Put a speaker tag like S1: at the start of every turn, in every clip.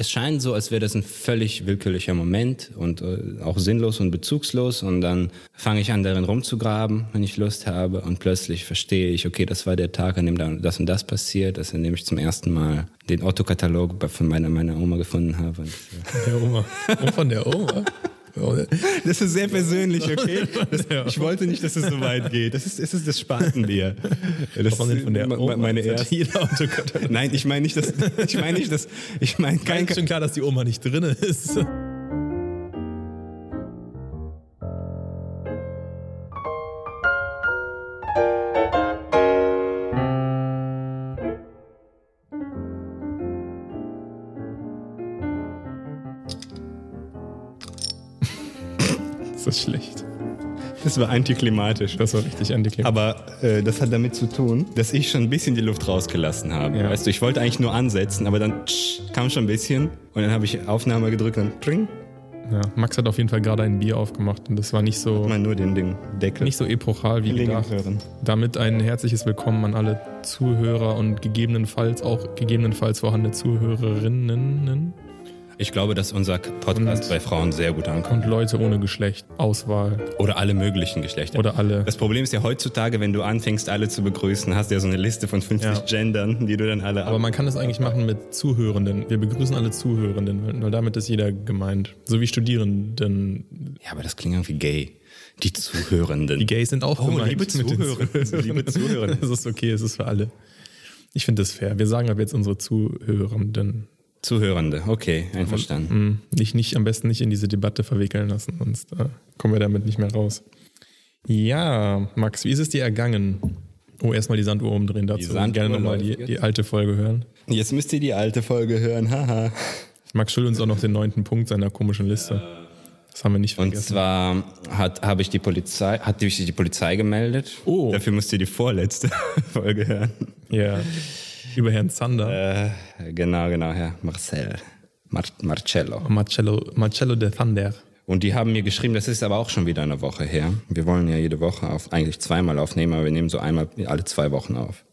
S1: es scheint so, als wäre das ein völlig willkürlicher Moment und äh, auch sinnlos und bezugslos. Und dann fange ich an, darin rumzugraben, wenn ich Lust habe. Und plötzlich verstehe ich, okay, das war der Tag, an dem dann das und das passiert, dass an dem ich zum ersten Mal den Otto-Katalog von meiner, meiner Oma gefunden habe. Und,
S2: ja. Der Oma. Und von der Oma?
S1: Das ist sehr persönlich, okay? Das, ich wollte nicht, dass es so weit geht. Das ist, das, ist das Spartenbier.
S2: Das ist von der Oma,
S1: meine erste. Nein, ich meine nicht, dass ich meine nicht, dass ich meine
S2: kein ist schon klar, dass die Oma nicht drin ist.
S1: das schlecht. Das war antiklimatisch.
S2: Das war richtig antiklimatisch.
S1: Aber äh, das hat damit zu tun, dass ich schon ein bisschen die Luft rausgelassen habe. Ja. Weißt du, ich wollte eigentlich nur ansetzen, aber dann tsch, kam schon ein bisschen und dann habe ich Aufnahme gedrückt und tring.
S2: Ja, Max hat auf jeden Fall gerade ein Bier aufgemacht und das war nicht so.
S1: Ich meine nur den Ding, Deckel.
S2: Nicht so epochal wie gedacht. Damit ein herzliches Willkommen an alle Zuhörer und gegebenenfalls auch gegebenenfalls vorhandene Zuhörerinnen.
S1: Ich glaube, dass unser Podcast und, bei Frauen sehr gut ankommt.
S2: Und Leute ohne Geschlecht, Auswahl.
S1: Oder alle möglichen Geschlechter.
S2: Oder alle.
S1: Das Problem ist ja heutzutage, wenn du anfängst, alle zu begrüßen, hast du ja so eine Liste von 50 ja. Gendern, die du dann alle
S2: Aber man kann das eigentlich machen mit Zuhörenden. Wir begrüßen alle Zuhörenden, weil damit ist jeder gemeint. So wie Studierenden.
S1: Ja, aber das klingt irgendwie gay. Die Zuhörenden.
S2: Die Gays sind auch oh, gemeint.
S1: Liebe Zuhörenden.
S2: liebe Zuhörenden. Es ist okay, es ist für alle. Ich finde das fair. Wir sagen aber jetzt unsere Zuhörenden.
S1: Zuhörende, okay,
S2: Mhm.
S1: einverstanden.
S2: Dich nicht, am besten nicht in diese Debatte verwickeln lassen, sonst äh, kommen wir damit nicht mehr raus. Ja, Max, wie ist es dir ergangen? Oh, erstmal die Sanduhr umdrehen dazu. Die Sanduhr Gerne nochmal die, die, alte Folge hören.
S1: Jetzt müsst ihr die alte Folge hören, haha.
S2: Max schuldet uns auch noch den neunten Punkt seiner komischen Liste. Das haben wir nicht vergessen.
S1: Und zwar hat, habe ich die Polizei, hat sich die Polizei gemeldet.
S2: Oh.
S1: Dafür müsst ihr die vorletzte Folge hören.
S2: Ja. Über Herrn Zander.
S1: Äh, genau, genau, Herr Marcel. Mar Marcello.
S2: Marcello. Marcello de Thunder.
S1: Und die haben mir geschrieben, das ist aber auch schon wieder eine Woche her. Wir wollen ja jede Woche auf, eigentlich zweimal aufnehmen, aber wir nehmen so einmal alle zwei Wochen auf.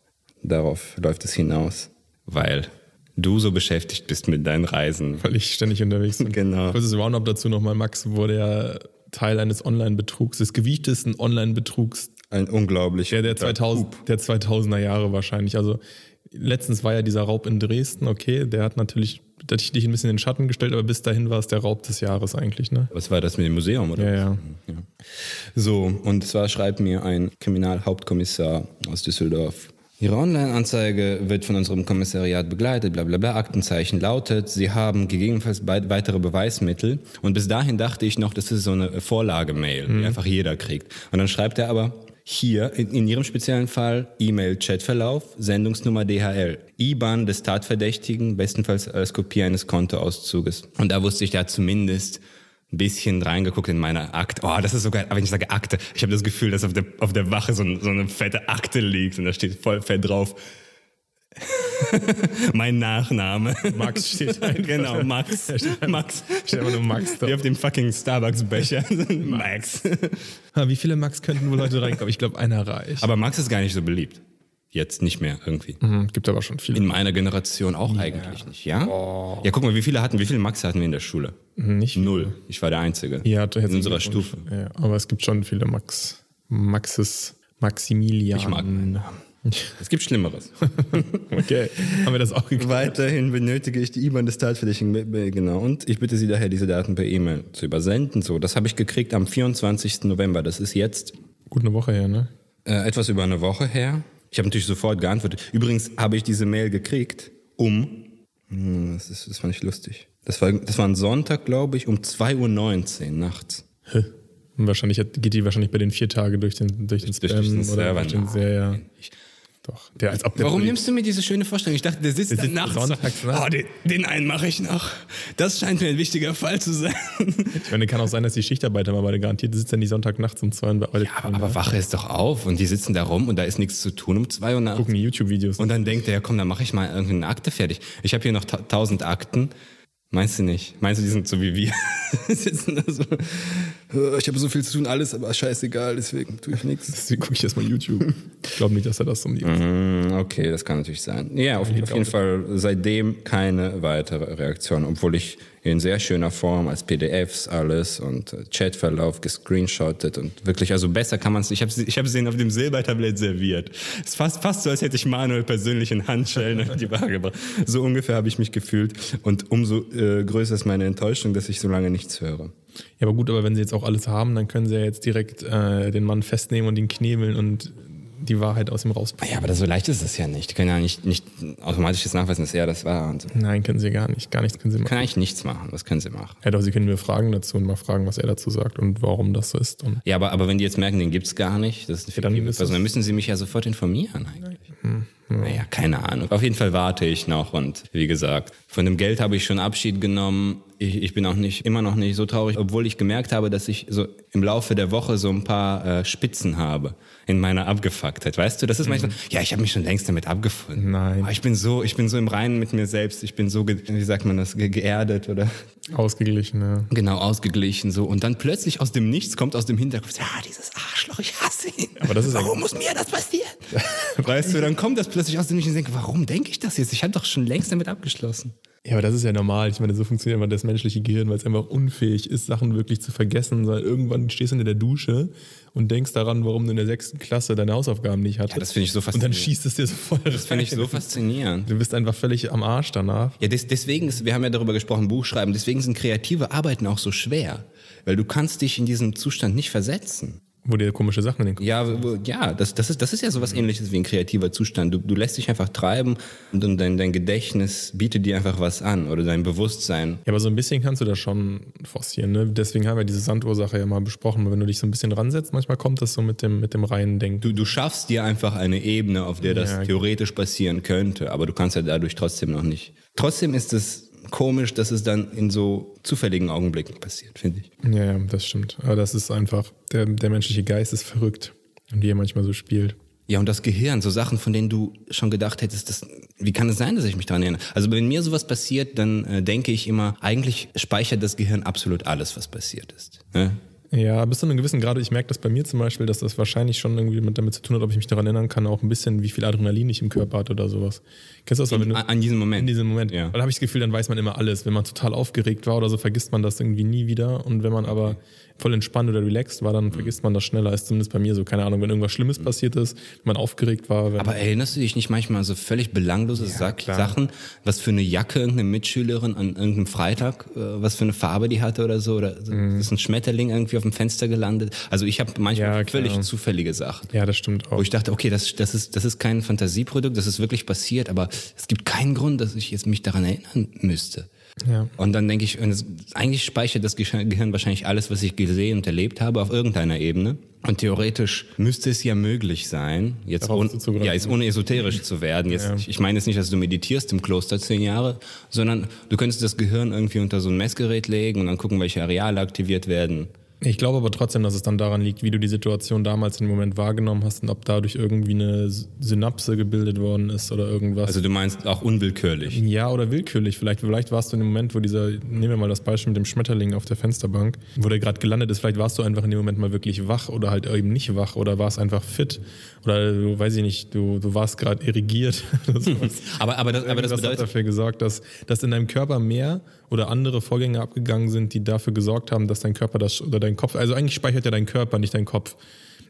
S1: Darauf läuft es hinaus, weil du so beschäftigt bist mit deinen Reisen.
S2: Weil ich ständig unterwegs bin.
S1: genau.
S2: Kurzes Roundup dazu nochmal. Max wurde ja Teil eines Online-Betrugs, des gewichtesten Online-Betrugs.
S1: Ein unglaublicher.
S2: Der, der, 2000, der 2000er Jahre wahrscheinlich. Also letztens war ja dieser Raub in Dresden, okay, der hat natürlich der hat dich ein bisschen in den Schatten gestellt, aber bis dahin war es der Raub des Jahres eigentlich, ne?
S1: Was war das mit dem Museum, oder?
S2: Ja, ja. ja.
S1: So, und zwar schreibt mir ein Kriminalhauptkommissar aus Düsseldorf. Ihre Online-Anzeige wird von unserem Kommissariat begleitet, bla bla bla. Aktenzeichen lautet, Sie haben gegebenenfalls weitere Beweismittel. Und bis dahin dachte ich noch, das ist so eine Vorlagemail, mhm. die einfach jeder kriegt. Und dann schreibt er aber, hier in, in, Ihrem speziellen Fall E-Mail-Chatverlauf, Sendungsnummer DHL, IBAN des Tatverdächtigen, bestenfalls als Kopie eines Kontoauszuges. Und da wusste ich da zumindest ein bisschen reingeguckt in meine Akte. Oh, das ist sogar, wenn ich sage Akte, ich habe das Gefühl, dass auf der, auf der Wache so, ein, so eine fette Akte liegt und da steht voll fett drauf. mein Nachname.
S2: Max steht einfach.
S1: Genau, Max.
S2: Steht
S1: Max.
S2: Steht einfach nur Max
S1: drauf. Wie auf dem fucking Starbucks-Becher. Max.
S2: Max. Ah, Wie viele Max könnten wohl Leute reinkommen? Ich glaube, einer reicht.
S1: Aber Max ist gar nicht so beliebt. Jetzt nicht mehr irgendwie.
S2: Mhm, gibt aber schon viele.
S1: In meiner Generation auch ja. eigentlich nicht, ja? Oh. Ja, guck mal, wie viele hatten, wie viele Max hatten wir in der Schule?
S2: Nicht
S1: Null. Ich war der Einzige.
S2: Ja,
S1: in unserer Stufe.
S2: Ja, aber es gibt schon viele Max. Maxes, Maximilian.
S1: Ich mag meinen Namen. Es gibt Schlimmeres.
S2: okay, haben wir das auch
S1: geklärt. Weiterhin benötige ich die IBAN des Tatverdächtigen, genau. Und ich bitte Sie daher, diese Daten per E-Mail zu übersenden. So, das habe ich gekriegt am 24. November. Das ist jetzt.
S2: Gut eine Woche her, ne?
S1: Äh, etwas über eine Woche her. Ich habe natürlich sofort geantwortet. Übrigens habe ich diese Mail gekriegt um. Hm, das, ist, das fand ich lustig. Das war, das war ein Sonntag, glaube ich, um 2.19 Uhr nachts.
S2: Hä? Wahrscheinlich geht die wahrscheinlich bei den vier Tage durch den, durch den
S1: durch, Spam durch den
S2: oder durch den Server. Ja. Doch.
S1: Der, als ob der Warum Poli nimmst du mir diese schöne Vorstellung? Ich dachte, der sitzt, der sitzt nachts. Sonntags, ne? oh, den, den, einen mache ich noch. Das scheint mir ein wichtiger Fall zu sein.
S2: Ich meine, kann auch sein, dass die Schichtarbeiter mal bei garantiert sitzen die Sonntagnachts um zwei und
S1: bearbeitet. Ja, aber, aber wache ist doch auf und die sitzen da rum und da ist nichts zu tun um zwei und
S2: nachts. Gucken YouTube-Videos.
S1: Und dann denkt er, ja komm, dann mache ich mal irgendeine Akte fertig. Ich habe hier noch ta tausend Akten. Meinst du nicht? Meinst du, die sind so wie wir? sitzen da so. Äh, ich habe so viel zu tun, alles, aber scheißegal, deswegen tue ich nichts.
S2: Deswegen gucke ich erstmal YouTube. ich glaube nicht, dass er das um die
S1: mm, Okay, das kann natürlich sein. Ja, auf, auf jeden Fall, Fall seitdem keine weitere Reaktion, obwohl ich in sehr schöner Form als PDFs alles und äh, Chatverlauf gescreenshottet und wirklich, also besser kann man es. Ich habe ich hab sie auf dem Silbertablett serviert. Es ist fast, fast so, als hätte ich Manuel persönlich in Handschellen auf die Waage gebracht. So ungefähr habe ich mich gefühlt und umso äh, größer ist meine Enttäuschung, dass ich so lange nichts höre.
S2: Ja, aber gut, aber wenn sie jetzt auch alles haben, dann können sie ja jetzt direkt äh, den Mann festnehmen und ihn knebeln und die Wahrheit aus ihm rausbringen.
S1: Ja, aber so leicht ist das ja nicht. Die können ja nicht, nicht automatisch jetzt nachweisen, dass er das war. So.
S2: Nein, können sie gar nicht. Gar nichts können sie machen.
S1: Kann eigentlich nichts machen. Was können sie machen?
S2: Ja, doch, sie können mir Fragen dazu und mal fragen, was er dazu sagt und warum das so ist. Und
S1: ja, aber, aber wenn die jetzt merken, den gibt es gar nicht, das ist eine ja, dann, Person, dann müssen sie mich ja sofort informieren eigentlich. Hm. Ja. Naja, keine Ahnung. Auf jeden Fall warte ich noch und wie gesagt, von dem Geld habe ich schon Abschied genommen. Ich, ich bin auch nicht, immer noch nicht so traurig, obwohl ich gemerkt habe, dass ich so im Laufe der Woche so ein paar äh, Spitzen habe in meiner Abgefucktheit. Weißt du, das ist manchmal, mhm. ja, ich habe mich schon längst damit abgefunden.
S2: Nein.
S1: Aber ich bin so, ich bin so im Reinen mit mir selbst. Ich bin so, wie sagt man das, ge geerdet oder?
S2: Ausgeglichen, ja.
S1: Genau, ausgeglichen so. Und dann plötzlich aus dem Nichts kommt aus dem Hintergrund, ja, dieses Arschloch, ich hasse ihn.
S2: Aber das ist
S1: Warum muss mir das passieren? weißt du, dann kommt das plötzlich aus dem Nichts und ich denke, warum denke ich das jetzt? Ich habe doch schon längst damit abgeschlossen.
S2: Ja, aber das ist ja normal. Ich meine, so funktioniert immer das menschliche Gehirn, weil es einfach unfähig ist, Sachen wirklich zu vergessen, sondern irgendwann stehst du in der Dusche und denkst daran, warum du in der sechsten Klasse deine Hausaufgaben nicht hattest. Ja,
S1: das finde ich so
S2: faszinierend. Und dann schießt es dir so voll
S1: Das finde ich so faszinierend.
S2: Du bist einfach völlig am Arsch danach.
S1: Ja, des, deswegen, ist, wir haben ja darüber gesprochen, Buchschreiben, deswegen sind kreative Arbeiten auch so schwer, weil du kannst dich in diesem Zustand nicht versetzen
S2: wo dir komische Sachen in den Kopf
S1: Ja, wo, ja das, das, ist, das ist ja sowas ähnliches wie ein kreativer Zustand. Du, du lässt dich einfach treiben und dein, dein Gedächtnis bietet dir einfach was an oder dein Bewusstsein.
S2: Ja, aber so ein bisschen kannst du das schon forcieren. Ne? Deswegen haben wir diese Sandursache ja mal besprochen. Wenn du dich so ein bisschen ransetzt, manchmal kommt das so mit dem, mit dem reinen Denken.
S1: Du, du schaffst dir einfach eine Ebene, auf der das ja, theoretisch passieren könnte, aber du kannst ja dadurch trotzdem noch nicht. Trotzdem ist es komisch, dass es dann in so zufälligen Augenblicken passiert, finde ich.
S2: Ja, ja, das stimmt. Aber das ist einfach, der, der menschliche Geist ist verrückt und wie er manchmal so spielt.
S1: Ja, und das Gehirn, so Sachen, von denen du schon gedacht hättest, das, wie kann es sein, dass ich mich daran erinnere? Also wenn mir sowas passiert, dann äh, denke ich immer, eigentlich speichert das Gehirn absolut alles, was passiert ist. Ne?
S2: Ja, bis zu einem gewissen Grad. Ich merke das bei mir zum Beispiel, dass das wahrscheinlich schon irgendwie mit, damit zu tun hat, ob ich mich daran erinnern kann, auch ein bisschen, wie viel Adrenalin ich im Körper hatte oder sowas. Kennst du das?
S1: In, du, an diesem Moment.
S2: In diesem Moment.
S1: Ja.
S2: Weil da habe ich das Gefühl, dann weiß man immer alles. Wenn man total aufgeregt war oder so, vergisst man das irgendwie nie wieder. Und wenn man aber voll entspannt oder relaxed war,
S1: Mhm.
S2: dann vergisst man das schneller. Ist zumindest bei mir so. Keine Ahnung, wenn irgendwas Schlimmes passiert ist, wenn man aufgeregt war.
S1: Aber erinnerst du dich nicht manchmal an so völlig belanglose ja, Sachen? Was für eine Jacke irgendeine Mitschülerin an irgendeinem Freitag, äh, was für eine Farbe die hatte oder so? Oder mhm. ist ein Schmetterling irgendwie auf dem Fenster gelandet? Also ich habe manchmal ja, völlig zufällige Sachen.
S2: Ja, das stimmt auch.
S1: Wo ich dachte, okay, das, das, ist, das ist kein Fantasieprodukt, das ist wirklich passiert, aber es gibt keinen Grund, dass ich jetzt mich daran erinnern müsste.
S2: Ja.
S1: Und dann denke ich, eigentlich speichert das Gehirn wahrscheinlich alles, was ich gesehen und erlebt habe, auf irgendeiner Ebene. Und theoretisch müsste es ja möglich sein, jetzt, un, ja, jetzt ohne esoterisch zu werden. Jetzt, ja. Ich meine jetzt nicht, dass du meditierst im Kloster zehn Jahre, sondern du könntest das Gehirn irgendwie unter so ein Messgerät legen und dann gucken, welche Areale aktiviert werden.
S2: Ich glaube aber trotzdem, dass es dann daran liegt, wie du die Situation damals im Moment wahrgenommen hast und ob dadurch irgendwie eine Synapse gebildet worden ist oder irgendwas.
S1: Also du meinst auch unwillkürlich?
S2: Ja, oder willkürlich. Vielleicht, vielleicht warst du in dem Moment, wo dieser, nehmen wir mal das Beispiel mit dem Schmetterling auf der Fensterbank, wo der gerade gelandet ist, vielleicht warst du einfach in dem Moment mal wirklich wach oder halt eben nicht wach oder warst einfach fit oder du, weiß ich nicht, du, du warst gerade irrigiert.
S1: aber, aber, das, aber das bedeutet...
S2: hat dafür gesorgt, dass, dass in deinem Körper mehr oder andere Vorgänge abgegangen sind, die dafür gesorgt haben, dass dein Körper das oder dein Kopf, also eigentlich speichert ja dein Körper, nicht dein Kopf.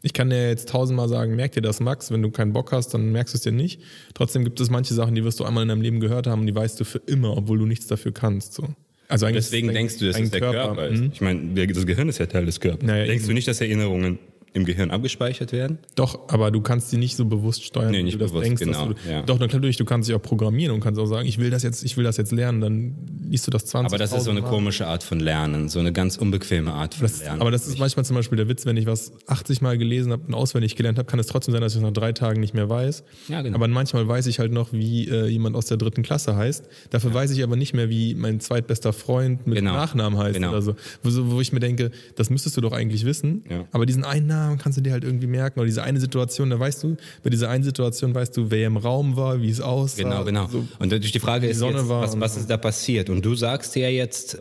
S2: Ich kann dir jetzt tausendmal sagen, merk dir das, Max, wenn du keinen Bock hast, dann merkst du es dir nicht. Trotzdem gibt es manche Sachen, die wirst du einmal in deinem Leben gehört haben und die weißt du für immer, obwohl du nichts dafür kannst. So.
S1: Also eigentlich Deswegen dein, denkst du, dass es der Körper, Körper ist. Mhm. Ich meine, das Gehirn ist ja Teil des Körpers. Naja, denkst du nicht, dass Erinnerungen im Gehirn abgespeichert werden?
S2: Doch, aber du kannst sie nicht so bewusst steuern,
S1: nee, nicht wie du bewusst,
S2: denkst.
S1: Genau,
S2: du, ja. Doch, natürlich, du kannst sie auch programmieren und kannst auch sagen, ich will das jetzt, ich will das jetzt lernen, dann liest du das 20
S1: Aber das ist so eine Mal. komische Art von Lernen, so eine ganz unbequeme Art von
S2: das,
S1: Lernen.
S2: Aber das ist manchmal zum Beispiel der Witz, wenn ich was 80 Mal gelesen habe und auswendig gelernt habe, kann es trotzdem sein, dass ich es nach drei Tagen nicht mehr weiß.
S1: Ja, genau.
S2: Aber manchmal weiß ich halt noch, wie äh, jemand aus der dritten Klasse heißt. Dafür ja. weiß ich aber nicht mehr, wie mein zweitbester Freund mit
S1: genau.
S2: Nachnamen heißt
S1: genau.
S2: oder so. Wo, wo, ich mir denke, das müsstest du doch eigentlich wissen.
S1: Ja.
S2: Aber diesen einen Namen kannst du dir halt irgendwie merken. Oder diese eine Situation, da weißt du, bei dieser einen Situation weißt du, wer im Raum war, wie es aussah.
S1: Genau, genau. So,
S2: und
S1: natürlich die Frage die ist, jetzt, was, was, ist da passiert? Und du sagst ja jetzt,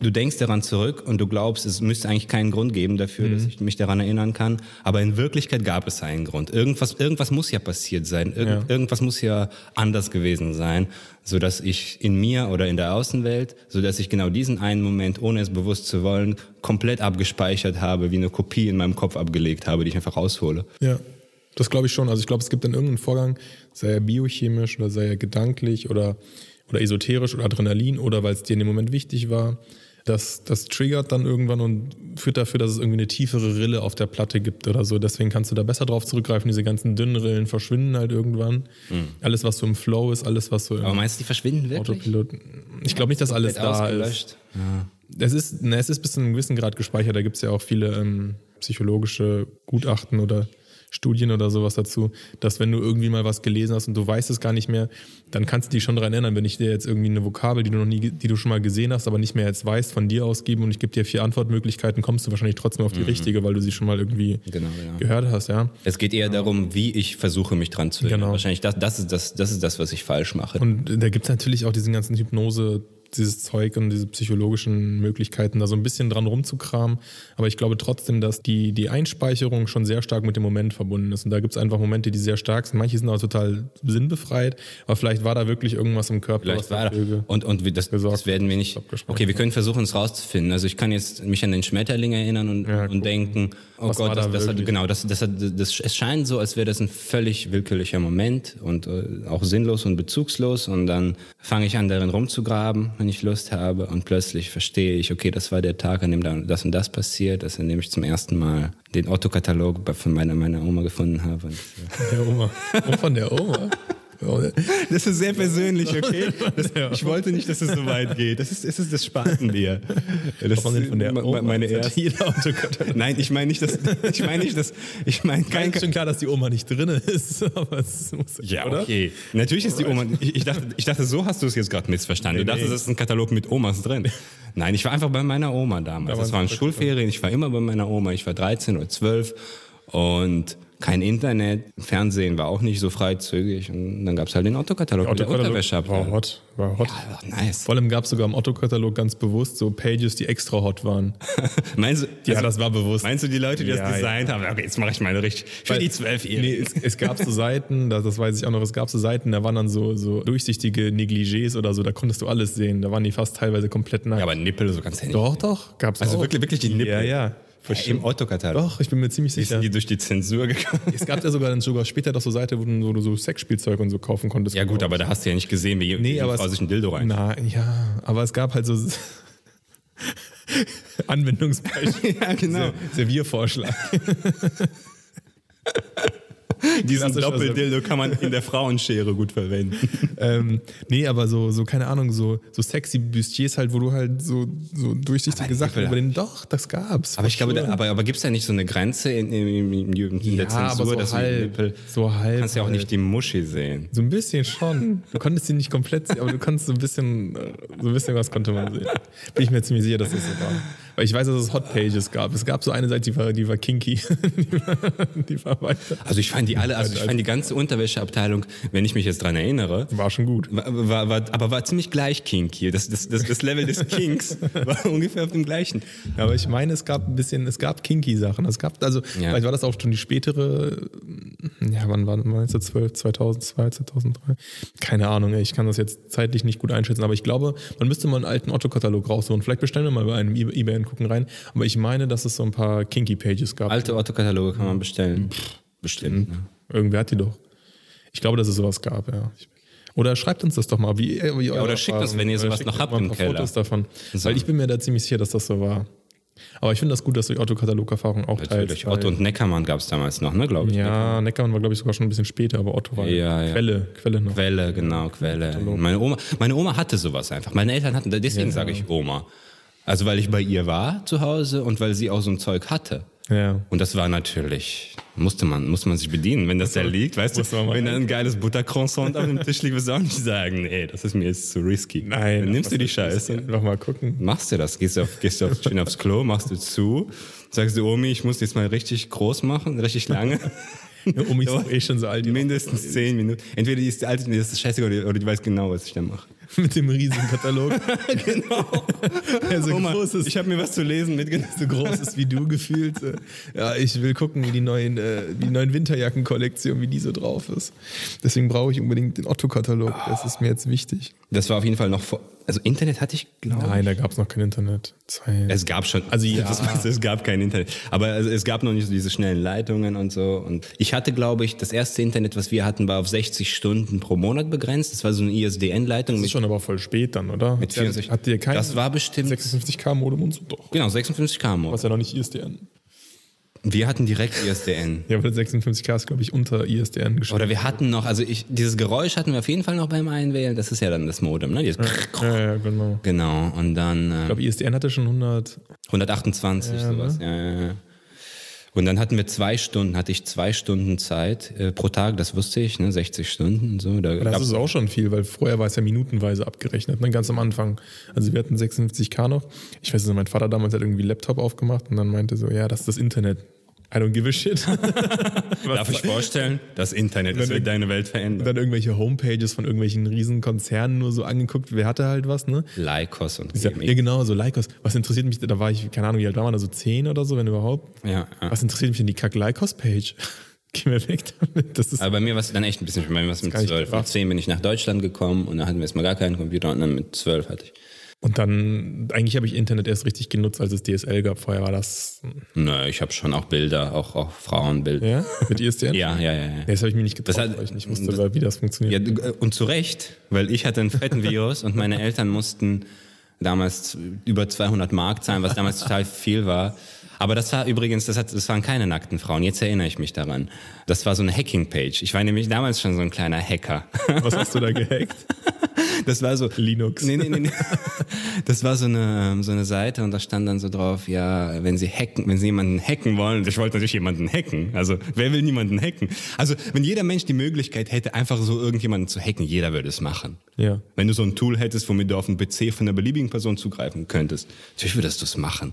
S1: du denkst daran zurück und du glaubst, es müsste eigentlich keinen Grund geben dafür, mhm. dass ich mich daran erinnern kann. Aber in Wirklichkeit gab es einen Grund. Irgendwas, irgendwas muss ja passiert sein. Irg ja. Irgendwas muss ja anders gewesen sein, so dass ich in mir oder in der Außenwelt, so dass ich genau diesen einen Moment, ohne es bewusst zu wollen, komplett abgespeichert habe, wie eine Kopie in meinem Kopf abgelegt habe, die ich einfach raushole.
S2: Ja. Das glaube ich schon. Also ich glaube, es gibt dann irgendeinen Vorgang, sei er biochemisch oder sei er gedanklich oder, oder esoterisch oder Adrenalin oder weil es dir in dem Moment wichtig war, das, das triggert dann irgendwann und führt dafür, dass es irgendwie eine tiefere Rille auf der Platte gibt oder so. Deswegen kannst du da besser drauf zurückgreifen. Diese ganzen dünnen Rillen verschwinden halt irgendwann. Mhm. Alles, was so im Flow ist, alles, was so im
S1: Aber meinst du, die verschwinden wirklich?
S2: Autopilot. Ich glaube nicht, dass alles da ausgelöscht. ist. Ja. Es ist, ne, es ist bis zu einem gewissen Grad gespeichert. Da gibt es ja auch viele ähm, psychologische Gutachten oder Studien oder sowas dazu, dass wenn du irgendwie mal was gelesen hast und du weißt es gar nicht mehr, dann kannst du dich schon daran erinnern. Wenn ich dir jetzt irgendwie eine Vokabel, die du noch nie, die du schon mal gesehen hast, aber nicht mehr jetzt weißt, von dir ausgeben und ich gebe dir vier Antwortmöglichkeiten, kommst du wahrscheinlich trotzdem auf die mhm. richtige, weil du sie schon mal irgendwie genau, ja. gehört hast, ja.
S1: Es geht eher darum, wie ich versuche, mich dran zu erinnern. Genau. Wahrscheinlich das, das ist das, das ist das, was ich falsch mache.
S2: Und da gibt es natürlich auch diesen ganzen Hypnose- dieses Zeug und diese psychologischen Möglichkeiten, da so ein bisschen dran rumzukramen. Aber ich glaube trotzdem, dass die, die Einspeicherung schon sehr stark mit dem Moment verbunden ist. Und da gibt es einfach Momente, die sehr stark sind. Manche sind auch total sinnbefreit, aber vielleicht war da wirklich irgendwas im Körper.
S1: Vielleicht war da. Und, und das, das werden wir nicht. Okay, wir können versuchen, es rauszufinden. Also ich kann jetzt mich an den Schmetterling erinnern und, ja, und denken, oh Was Gott, das, da das hat, genau, das, das, hat, das, es scheint so, als wäre das ein völlig willkürlicher Moment und äh, auch sinnlos und bezugslos. Und dann fange ich an, darin rumzugraben wenn ich Lust habe und plötzlich verstehe ich, okay, das war der Tag, an dem das und das passiert ist, an dem ich zum ersten Mal den Otto-Katalog von meiner, meiner Oma gefunden habe.
S2: Der Oma. Und von der Oma?
S1: Das ist sehr persönlich, okay? Das, ich wollte nicht, dass es so weit geht. Das ist, das, ist, das sparen wir.
S2: Das ist von der
S1: Oma meine erste. Nein, ich meine nicht, dass ich meine nicht, dass ich meine
S2: kein ist schon klar, dass die Oma nicht drin ist, aber es muss
S1: ja oder? okay. Natürlich ist die Oma. Ich, ich, dachte, ich dachte, so hast du es jetzt gerade missverstanden. Nee, du dachtest, nee. es ist ein Katalog mit Omas drin. Nein, ich war einfach bei meiner Oma damals. Da das waren Schulferien. Ich war immer bei meiner Oma. Ich war 13 oder 12 und kein Internet, Fernsehen war auch nicht so freizügig und dann gab es halt den Otto-Katalog
S2: Otto, -Katalog Otto -Katalog War hot, war hot.
S1: Ja, war nice.
S2: Vor allem gab es sogar im Otto-Katalog ganz bewusst so Pages, die extra hot waren.
S1: meinst du,
S2: ja, also, das war bewusst.
S1: Meinst du die Leute, die ja, das designt ja. haben? Okay, jetzt mache ich meine richtig. Für Weil, die Zwölfjährigen.
S2: Nee, es, es, gab so Seiten, das, das, weiß ich auch noch, es gab so Seiten, da waren dann so, so durchsichtige Negligés oder so, da konntest du alles sehen. Da waren die fast teilweise komplett nackt.
S1: Ja, aber Nippel, so ganz
S2: händlich. Doch, doch, gab's
S1: Also auch. wirklich, wirklich die Nippel.
S2: Ja, ja.
S1: Verstehen. Im Autokatalog.
S2: Doch, ich bin mir ziemlich sicher.
S1: Sind die durch die Zensur gegangen?
S2: Es gab ja sogar dann sogar später doch so Seite, wo du, so Sexspielzeug und so kaufen konntest.
S1: Ja gut, gekauft. aber da hast du ja nicht gesehen, wie
S2: nee, aber Frau
S1: sich ein Dildo rein.
S2: Na, ja, aber es gab halt so Anwendungsbeispiele.
S1: ja, genau.
S2: Serviervorschlag.
S1: Diesen Doppeldildo kann man in der Frauenschere gut verwenden.
S2: ähm, nee, aber so, so, keine Ahnung, so, so sexy Bustiers halt, wo du halt so, so durchsichtige Sachen über den, doch, das gab's.
S1: Aber ich glaube, da, aber, aber gibt's da nicht so eine Grenze in, in, in, in
S2: ja, der Zensur, so dass halb, du so halb,
S1: kannst ja auch
S2: halb.
S1: nicht die Muschi sehen.
S2: So ein bisschen schon. Du konntest sie nicht komplett sehen, aber du konntest so ein bisschen, so ein bisschen was konnte man sehen. Bin ich mir ziemlich sicher, dass das so war. Weil ich weiß, dass es Hot Pages gab. Es gab so eine Seite, die war, die war kinky. die, war,
S1: die war weiter. Also ich fand die alle, also ich fand die ganze Unterwäscheabteilung, wenn ich mich jetzt dran erinnere.
S2: War schon gut.
S1: War, war, war aber war ziemlich gleich kinky. Das, das, das, das Level des Kinks war ungefähr auf dem gleichen.
S2: Aber ich meine, es gab ein bisschen, es gab kinky Sachen. Es gab, also ja. vielleicht war das auch schon die spätere, ja, wann war das? 1912, 2002, 2003? Keine Ahnung, ich kann das jetzt zeitlich nicht gut einschätzen, aber ich glaube, man müsste mal einen alten Otto-Katalog rausholen. Vielleicht bestellen wir mal bei einem eBay gucken rein. Aber ich meine, dass es so ein paar Kinky-Pages gab.
S1: Alte Otto-Kataloge kann man bestellen. Pff, bestimmt. Ne?
S2: Irgendwer hat die doch. Ich glaube, dass es sowas gab, ja. Oder schreibt uns das doch mal. Wie, äh, wie
S1: ja, oder schickt uns, wenn ihr sowas noch habt im Keller. Fotos
S2: davon. So. Weil ich bin mir da ziemlich sicher, dass das so war. Aber ich finde das gut, dass du die Otto-Katalog-Erfahrung auch Natürlich. teilst.
S1: Otto und Neckermann gab es damals noch, ne, glaube ich.
S2: Ja, Neckermann, Neckermann war, glaube ich, sogar schon ein bisschen später, aber Otto war
S1: ja,
S2: ja. Quelle, Quelle noch.
S1: Quelle, genau, Quelle. Meine Oma, meine Oma hatte sowas einfach. Meine Eltern hatten, deswegen ja. sage ich Oma. Also weil ich bei ihr war zu Hause und weil sie auch so ein Zeug hatte.
S2: Ja.
S1: Und das war natürlich, musste man, musste man sich bedienen. Wenn
S2: Also,
S1: das da liegt, weißt du, wenn da ein geiles Buttercroissant auf dem Tisch liegt, wirst du auch nicht sagen, nee, das ist mir jetzt zu risky.
S2: Nein.
S1: Dann nimmst du die Scheiße.
S2: Noch mal gucken.
S1: Machst du das, gehst du auf, gehst du auf, schön aufs Klo, machst du zu, sagst du, Omi, ich muss jetzt mal richtig groß machen, richtig lange.
S2: Ja, Omi ist eh schon so alt.
S1: Mindestens zehn Minuten. Entweder die ist alt, mir ist das scheißegal, oder die weiß genau, was ich da mache.
S2: mit dem riesigen Katalog.
S1: genau.
S2: Der so
S1: Oh Mann,
S2: groß ist.
S1: ich habe mir was zu lesen mitgenommen.
S2: so groß ist wie du gefühlt. so. Ja, ich will gucken, wie die neuen, äh, die neuen Winterjacken-Kollektion, wie die so drauf ist. Deswegen brauche ich unbedingt den Otto-Katalog. Das ist mir jetzt wichtig.
S1: Das war auf jeden Fall noch vor. Also Internet hatte ich, glaube ich.
S2: Nein, da gab es noch kein Internet. Zwei-
S1: Es gab schon, also
S2: ja.
S1: das meinst du, es gab kein Internet. Aber es, es gab noch nicht so diese schnellen Leitungen und so. Und ich hatte, glaube ich, das erste Internet, was wir hatten, war auf 60 Stunden pro Monat begrenzt. Das war so eine ISDN-Leitung
S2: Das ist
S1: mit,
S2: schon aber voll spät dann, oder?
S1: mit 64.
S2: Habt ihr kein
S1: das war bestimmt,
S2: 56k Modem und so? Doch.
S1: genau, 56k Modem.
S2: Was ja noch nicht ISDN.
S1: Wir hatten direkt ISDN.
S2: Ja, aber das 56k ist, glaube ich, unter ISDN geschrieben.
S1: Oder wir hatten noch, also ich, dieses Geräusch hatten wir auf jeden Fall noch beim Einwählen. Das ist ja dann das Modem, ne? Dieses
S2: Ja, ja, genau.
S1: Genau, und dann
S2: Ich
S1: äh,
S2: glaube, ISDN hatte schon 100.
S1: 128, sowas. Ja, ja, ja. Und dann hatten wir zwei Stunden, hatte ich zwei Stunden Zeit äh, pro Tag, das wusste ich, ne? 60 Stunden und so. Da
S2: Das
S1: gab's-
S2: ist auch schon viel, weil vorher war es ja minutenweise abgerechnet, ne? ganz am Anfang. Also wir hatten 56k noch. Ich weiß nicht, mein Vater damals hat irgendwie Laptop aufgemacht und dann meinte so, ja, das ist das Internet. I don't give a shit.
S1: Darf ich vorstellen? Das Internet, das wird deine Welt verändern.
S2: dann irgendwelche Homepages von irgendwelchen Riesenkonzernen nur so angeguckt, wer hatte halt was, ne?
S1: Lycos und
S2: Ja,
S1: GMX.
S2: ja genau, so Lycos. Was interessiert mich, da war ich, keine Ahnung, wie alt war man da, so 10 oder so, wenn überhaupt.
S1: Ja, ja.
S2: Was interessiert mich denn die Kack-Lycos-Page? Geh mir weg damit. Das ist
S1: Aber bei mir war es dann echt ein bisschen, bei mir war es mit
S2: kann ich
S1: zwölf.
S2: nicht wahr.
S1: Mit zehn bin ich nach Deutschland gekommen und da hatten wir erstmal gar keinen Computer und dann mit zwölf hatte ich.
S2: Und dann, eigentlich habe ich Internet erst richtig genutzt, als es DSL gab. Vorher war das.
S1: Nö, ich habe schon auch Bilder, auch, auch Frauenbilder.
S2: Ja? Mit E ISDN?
S1: Ja, ja, ja. ja.
S2: Nee, das habe ich mir nicht getraut,
S1: Das hat-
S2: weil ich nicht wusste, wie das
S1: Ja,
S2: funktioniert.
S1: du- äh, und zu Recht, weil ich hatte einen fetten Virus und meine Eltern mussten damals über 200 Mark zahlen, was damals total viel war. Aber das war übrigens, das, hat, das waren keine nackten Frauen, jetzt erinnere ich mich daran. Das war so eine Hacking-Page. Ich war nämlich damals schon so ein kleiner Hacker.
S2: Was hast du da gehackt?
S1: Das war so...
S2: Linux.
S1: Nee, nee, nee, nee. Das war so eine, ähm, so eine Seite und da stand dann so drauf, ja, wenn sie hacken, wenn sie jemanden hacken wollen, und ich wollte natürlich jemanden hacken. Also, wer will niemanden hacken? Also, wenn jeder Mensch die Möglichkeit hätte, einfach so irgendjemanden zu hacken, jeder würde es machen.
S2: Ja.
S1: Wenn du so ein Tool hättest, womit du auf einen PC von einer beliebigen Person zugreifen könntest, natürlich würdest du es machen.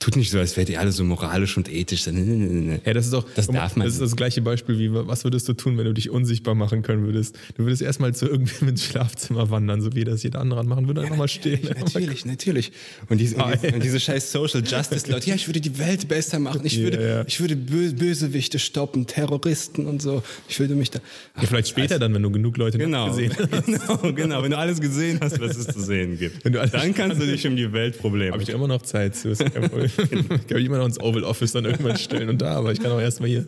S1: Tut nicht so, als wärt ihr alle so moralisch und ethisch. Nee, nee, nee, nee.
S2: Ja, das ist auch um
S1: Das darf man
S2: Das ist das gleiche Beispiel wie, was würdest du tun, wenn du dich unsichtbar machen können würdest? Du würdest erstmal zu irgendwem ins Schlafzimmer wandern, so wie das jeder andere machen würde, einfach mal stehen. Einfach mal-
S1: Natürlich, natürlich. Und diese, und diese, und diese scheiß Social Justice Leute, ja, ich würde die Welt besser machen. Ich
S2: Ja,
S1: würde,
S2: ja.
S1: ich würde Bö Bösewichte stoppen, Terroristen und so. Ich würde mich da.
S2: Ja, vielleicht später dann, wenn du genug Leute
S1: Also, Genau,
S2: gesehen hast.
S1: genau, genau. Wenn du alles gesehen hast, was es zu sehen gibt,
S2: Wenn du alles-
S1: dann kannst du dich um die Welt Probleme.
S2: Habe ich immer noch Zeit zu. Ist kein Problem.
S1: Genau.
S2: Ich kann mich immer noch ins Oval Office dann irgendwann stellen und da, aber ich kann auch erstmal hier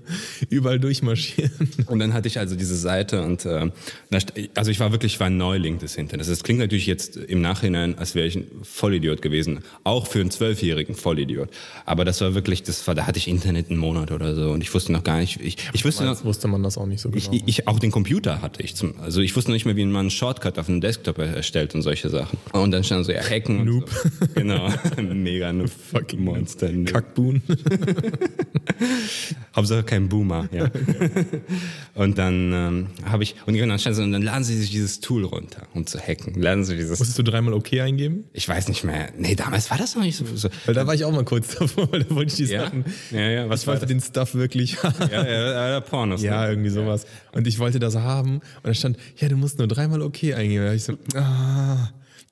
S2: überall durchmarschieren.
S1: Und dann hatte ich also diese Seite und äh, da st- also ich war wirklich ich war ein Neuling des Internets. Das klingt natürlich jetzt im Nachhinein, als wäre ich ein Vollidiot gewesen, auch für einen zwölfjährigen Vollidiot. Aber das war wirklich, das war, da hatte ich Internet einen Monat oder so und ich wusste noch gar nicht, ich, ich wusste noch,
S2: Damals wusste man das auch nicht so genau.
S1: ich, ich auch den Computer hatte ich zum, also ich wusste noch nicht mehr, wie man einen Shortcut auf einem Desktop er- erstellt und solche Sachen. Und dann stand so ja, Hacken. und
S2: Noob.
S1: So. Genau, mega Noob.
S2: Fucking
S1: Monster. Noob.
S2: Kackbuhn.
S1: Hauptsache kein Boomer, ja. und dann ähm, habe ich, und genau, scheiße, und dann laden sie sich dieses Tool runter, um zu hacken. Laden sie dieses,
S2: Musstest du dreimal OK eingeben?
S1: ich weiß nicht mehr, nee, damals war das noch nicht so. so
S2: Weil da war ich auch mal kurz davor, weil da wollte ich die
S1: ja?
S2: Sachen.
S1: ja, ja, was
S2: Ich
S1: war
S2: wollte
S1: das?
S2: den Stuff wirklich haben.
S1: Ja, ja, ja, Pornos.
S2: Ja,
S1: ne?
S2: irgendwie sowas. Und ich wollte das haben. Und da stand, ja, du musst nur dreimal OK eingeben. Da hab ich so, ah,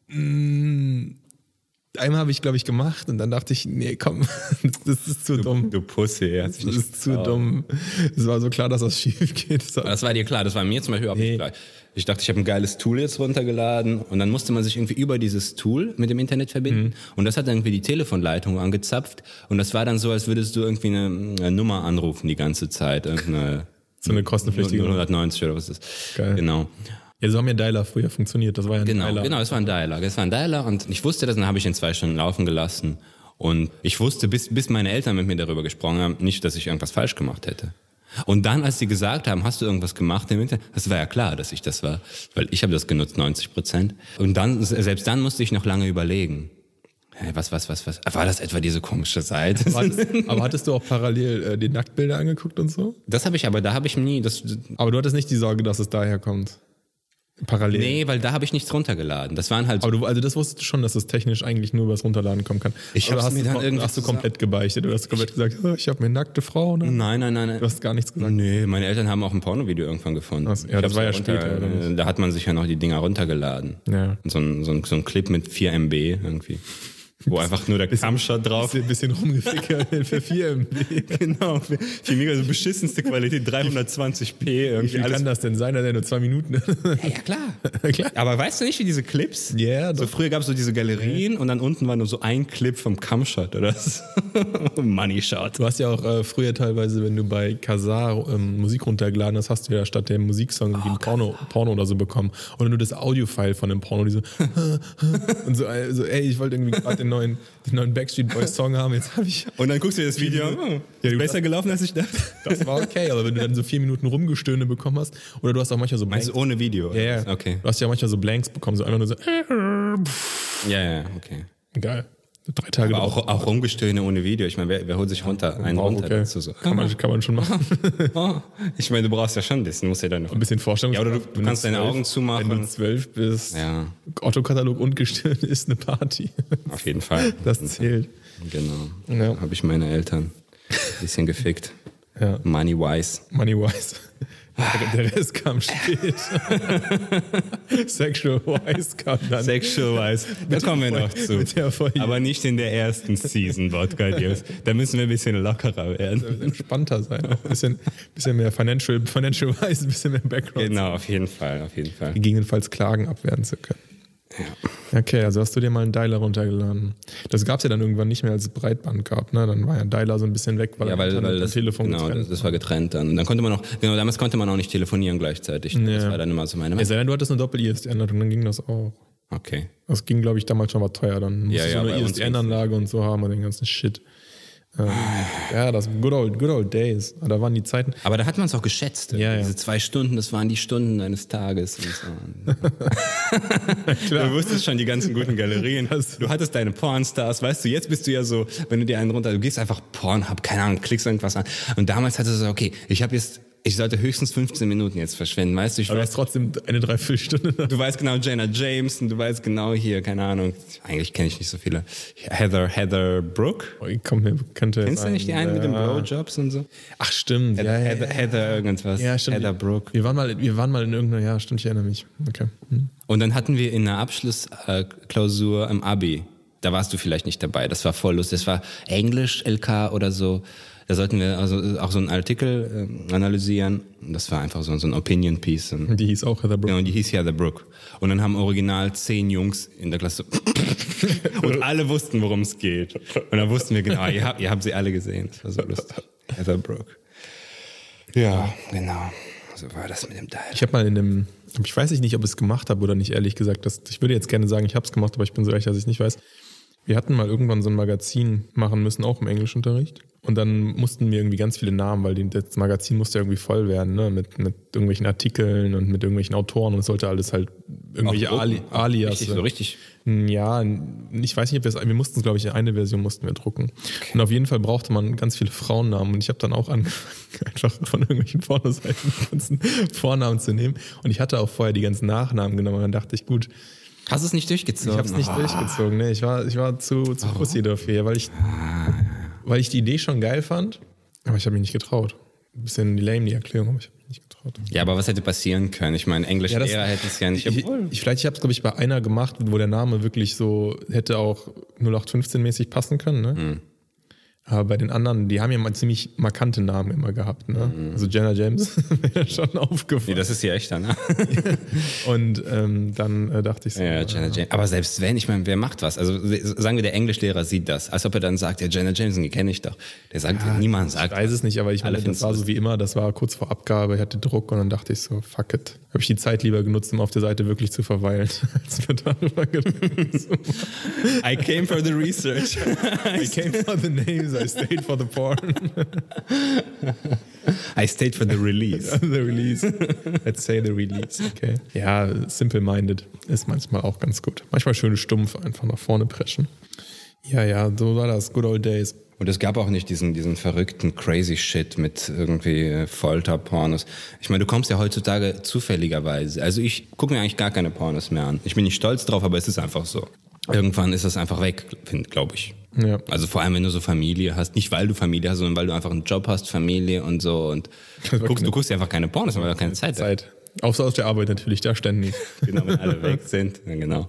S2: mm. Einmal habe ich, glaube ich, gemacht und dann dachte ich, nee, komm, das ist zu dumm.
S1: Du Pussy, ja.
S2: Das ist zu dumm. Es war so klar, dass das schief geht. Das war-
S1: Das war dir klar, das war mir zum Beispiel überhaupt nicht klar. Ich dachte, ich habe ein geiles Tool jetzt runtergeladen und dann musste man sich irgendwie über dieses Tool mit dem Internet verbinden
S2: Mhm.
S1: und das hat dann irgendwie die Telefonleitung angezapft und das war dann so, als würdest du irgendwie eine, eine Nummer anrufen die ganze Zeit. Irgendeine
S2: So eine kostenpflichtige Nummer.
S1: 190 oder was ist.
S2: Geil.
S1: Genau.
S2: Ja, so haben ja Dialer früher funktioniert. Das war ja ein
S1: Genau,
S2: Dialer.
S1: genau, es war ein Dialer. Es war ein Dialer und ich wusste das und dann habe ich ihn zwei Stunden laufen gelassen. Und ich wusste, bis, bis meine Eltern mit mir darüber gesprochen haben, nicht, dass ich irgendwas falsch gemacht hätte. Und dann, als sie gesagt haben, hast du irgendwas gemacht im Internet, das war ja klar, dass ich das war, weil ich habe das genutzt, 90 Prozent. Und dann, selbst dann musste ich noch lange überlegen. Hä, Was, was, was, was? War das etwa diese komische Seite?
S2: Aber hattest- Aber hattest du auch parallel äh, die Nacktbilder angeguckt und so?
S1: Das habe ich aber, da habe ich nie, das,
S2: Aber du hattest nicht die Sorge, dass es daher kommt. Parallel.
S1: Nee, weil da habe ich nichts runtergeladen. Das waren halt.
S2: Aber du, also das wusstest du schon, dass das technisch eigentlich nur übers Runterladen kommen kann.
S1: Ich
S2: Oder
S1: hab's
S2: hast
S1: mir
S2: du,
S1: dann
S2: kom-
S1: irgendwie
S2: hast du
S1: zusammen-
S2: komplett gebeichtet. Du hast komplett gesagt, "Ah, ich habe mir nackte Frauen. Ne?
S1: Nein, nein, nein. nein.
S2: Du hast gar nichts gesagt.
S1: Nee, meine Eltern haben auch ein Pornovideo irgendwann gefunden.
S2: Ach so, ja,
S1: Ich
S2: das
S1: hab's
S2: war ja
S1: runter- äh,
S2: später, oder was?
S1: Da hat man sich ja noch die Dinger runtergeladen.
S2: Ja.
S1: Und So ein, so ein, so ein Clip mit 4 MB irgendwie. Wo einfach nur der Kamshot drauf.
S2: Ein bisschen rumgefickert für 4 MB.
S1: genau. Für, für mich also beschissenste Qualität, 320p
S2: Wie
S1: irgendwie.
S2: viel kann das denn sein, dass er nur zwei Minuten.
S1: Ja, ja, klar.
S2: Klar.
S1: Aber weißt du nicht, wie diese Clips?
S2: Ja,
S1: So
S2: doch.
S1: früher gab es so diese Galerien und dann unten war nur so ein Clip vom Kamshot oder so. Money Shot.
S2: Du hast ja auch äh, früher teilweise, wenn du bei Kazar ähm, Musik runtergeladen hast, hast du ja statt der Musiksong irgendwie
S1: Oh,
S2: ein Porno, Porno oder so bekommen. Oder nur das Audio-File von dem Porno, die so und so, äh, so, ey, ich wollte irgendwie gerade den neuen, den neuen Backstreet Boys Song haben, jetzt habe ich
S1: Und dann guckst du dir das Video an. oh,
S2: Ja, du-
S1: besser gelaufen, als ich dachte.
S2: Das war okay, aber wenn du dann so vier Minuten Rumgestöhne bekommen hast, oder du hast auch manchmal so Blanks.
S1: Also ohne Video. oder
S2: Ja,
S1: was?
S2: ja.
S1: Okay.
S2: Du hast ja manchmal so Blanks bekommen, so einfach nur so, äh,
S1: Ja, ja, okay.
S2: geil. Drei Tage
S1: Aber auch, auch Rumgestöhne ohne Video. Ich meine, wer, wer holt sich runter? Einen
S2: Wow,
S1: runter
S2: okay.
S1: dazu so.
S2: kann, man, kann man schon machen.
S1: Oh, ich meine, du brauchst ja schon ein bisschen, musst ja deine.
S2: Ein bisschen Vorstellung.
S1: Ja, oder du- du kannst deine Augen zumachen.
S2: Wenn du zwölf bist,
S1: Ja.
S2: Otto-Katalog und Gestirn ist eine Party.
S1: Auf jeden Fall.
S2: Das zählt.
S1: Genau.
S2: Ja.
S1: Habe ich meine Eltern ein bisschen gefickt.
S2: Ja.
S1: Money wise.
S2: Money-wise.
S1: Ah.
S2: Der der Rest kam spät. Sexual-wise kam dann.
S1: Sexual wise. Da kommen wir noch zu.
S2: Mit der Folge.
S1: Aber nicht in der ersten Season, Vodka News. Da müssen wir ein bisschen lockerer werden.
S2: entspannter sein. Auch ein bisschen, bisschen mehr Financial, financial wise, ein bisschen mehr Background.
S1: Genau, auf jeden Fall, auf jeden Fall.
S2: Gegebenenfalls Klagen abwehren zu können. Okay, also hast du dir mal einen Dialer runtergeladen. Das gab es ja dann irgendwann nicht mehr, als es Breitband gab. Ne? Dann war ja Dialer so ein bisschen weg, weil,
S1: Ja, weil,
S2: Internet
S1: weil
S2: und
S1: das
S2: Telefon
S1: genau,
S2: getrennt
S1: das, das war getrennt dann. Dann konnte man auch, genau, damals konnte man auch nicht telefonieren gleichzeitig. Das war dann immer so meine
S2: Es sei denn, du hattest eine Doppel-ISDN-Anleitung, dann ging das auch.
S1: Okay.
S2: Das ging, glaube ich, damals schon mal teuer. Dann musste
S1: Ja, ja,
S2: so
S1: bei
S2: eine
S1: uns
S2: ISDN-Anlage und so haben und den ganzen Shit. Ähm,
S1: Ah.
S2: ja, das good old, good old days. Da waren die Zeiten.
S1: Aber da hat man es auch geschätzt.
S2: Ja, ja.
S1: Diese zwei Stunden, das waren die Stunden eines Tages. Und so. Du wusstest schon die ganzen guten Galerien. Du hattest deine Pornstars, weißt du, jetzt bist du ja so, wenn du dir einen runter, du gehst einfach Pornhub, keine Ahnung, klickst irgendwas an. Und damals hattest du so, okay, ich habe jetzt, ich sollte höchstens 15 Minuten jetzt verschwenden, weißt du, ich
S2: Aber du
S1: weiß,
S2: hast trotzdem eine Dreiviertelstunde.
S1: du weißt genau Jana James und du weißt genau hier, keine Ahnung, eigentlich kenne ich nicht so viele. Heather, Heather Brooke?
S2: Kommt mir, ne, könnte jetzt
S1: Kennst du nicht die einen mit den
S2: ja.
S1: Blowjobs und so?
S2: Ach, stimmt.
S1: Heather, Heather, Heather irgendwas.
S2: Ja, stimmt.
S1: Heather Brooke.
S2: Wir waren mal, wir waren mal in irgendeiner, ja, stimmt, ich erinnere mich. Okay. Hm.
S1: Und dann hatten wir in der Abschlussklausur im Abi, da warst du vielleicht nicht dabei, das war voll lustig, das war Englisch, LK oder so. Da sollten wir also auch so einen Artikel ähm, analysieren. Das war einfach so, so ein Opinion Piece. Und,
S2: Die hieß auch Heather
S1: ja,
S2: Brooks.
S1: und die hieß Heather Brooke. Und dann haben original zehn Jungs in der Klasse. und alle wussten, worum es geht. Und dann wussten wir genau, ihr habt, ihr habt sie alle gesehen. Das war so lustig. Heather Brooke. Ja, genau. So war das mit dem Dial.
S2: Ich habe mal in einem, ich weiß nicht, ob ich es gemacht habe oder nicht, ehrlich gesagt. Das, ich würde jetzt gerne sagen, ich habe es gemacht, aber ich bin so ehrlich, dass ich nicht weiß. Wir hatten mal irgendwann so ein Magazin machen müssen, auch im Englischunterricht. Und dann mussten wir irgendwie ganz viele Namen, weil die, das Magazin musste irgendwie voll werden, ne? Mit, mit irgendwelchen Artikeln und mit irgendwelchen Autoren und es sollte alles halt irgendwelche
S1: Auch
S2: Ali,
S1: drucken. oh,
S2: Alias. äh,
S1: Richtig,
S2: sein.
S1: so richtig
S2: Hm, Ja, ich weiß nicht, ob wir es, wir mussten es, glaube ich, eine Version mussten wir drucken. Und auf jeden Fall brauchte man ganz viele Frauennamen und ich habe dann auch angefangen, einfach von irgendwelchen Pornoseiten die ganzen Vornamen zu nehmen. Und ich hatte auch vorher die ganzen Nachnamen genommen und dann dachte ich, gut,
S1: Hast du es nicht durchgezogen?
S2: ich habe es nicht durchgezogen. Ne? Ich war, ich war zu, zu pussy dafür, weil ich, weil ich die Idee schon geil fand, aber ich habe mich nicht getraut. Ein bisschen lame die Erklärung, aber ich habe mich nicht getraut.
S1: Ja, aber was hätte passieren können? Ich meine, Englischlehrer hätte es ja nicht.
S2: Ich, ich, vielleicht ich habe es, glaube ich, bei einer gemacht, wo der Name wirklich so hätte auch 0815-mäßig passen können. Ne?
S1: Mhm.
S2: Aber bei den anderen, die haben ja mal ziemlich markante Namen immer gehabt. Ne?
S1: Mhm.
S2: Also Jenna James wäre schon
S1: nee,
S2: aufgefallen.
S1: das ist ja echter, ne?
S2: Und ähm, dann äh, dachte ich so,
S1: ja,
S2: äh,
S1: Jenna James. Aber selbst wenn, ich meine, wer macht was? Also se- sagen wir, der Englischlehrer sieht das, als ob er dann sagt, ja, Jenna Jameson, die kenne ich doch. Der sagt, niemand
S2: ich
S1: sagt.
S2: weiß es nicht, aber ich
S1: Alle
S2: meine, das
S1: finden's
S2: war so wie immer, das war kurz vor Abgabe, ich hatte Druck und dann dachte ich so, fuck it. Habe ich die Zeit lieber genutzt, um auf der Seite wirklich zu verweilen, als mir darüber Gedanken zu machen.
S1: I came for the research.
S2: I came for the names, I stayed for the porn.
S1: I stayed for the release.
S2: the release. Let's say the release. Okay. Ja, simple-minded ist manchmal auch ganz gut. Manchmal schön stumpf einfach nach vorne preschen. Ja, ja, so war das. Good old days.
S1: Und es gab auch nicht diesen, diesen verrückten crazy Shit mit irgendwie äh, Folterpornos. Ich meine, du kommst ja heutzutage zufälligerweise. Also ich gucke mir eigentlich gar keine Pornos mehr an. Ich bin nicht stolz drauf, aber es ist einfach so. Irgendwann ist das einfach weg, glaube ich.
S2: Ja.
S1: Also vor allem, wenn du so Familie hast. Nicht, weil du Familie hast, sondern weil du einfach einen Job hast, Familie und so. Und du guckst, du guckst dir einfach keine Pornos, weil du keine Zeit,
S2: Zeit. Außer aus der Arbeit natürlich, da ständig.
S1: genau, wenn alle weg sind. Ja, genau.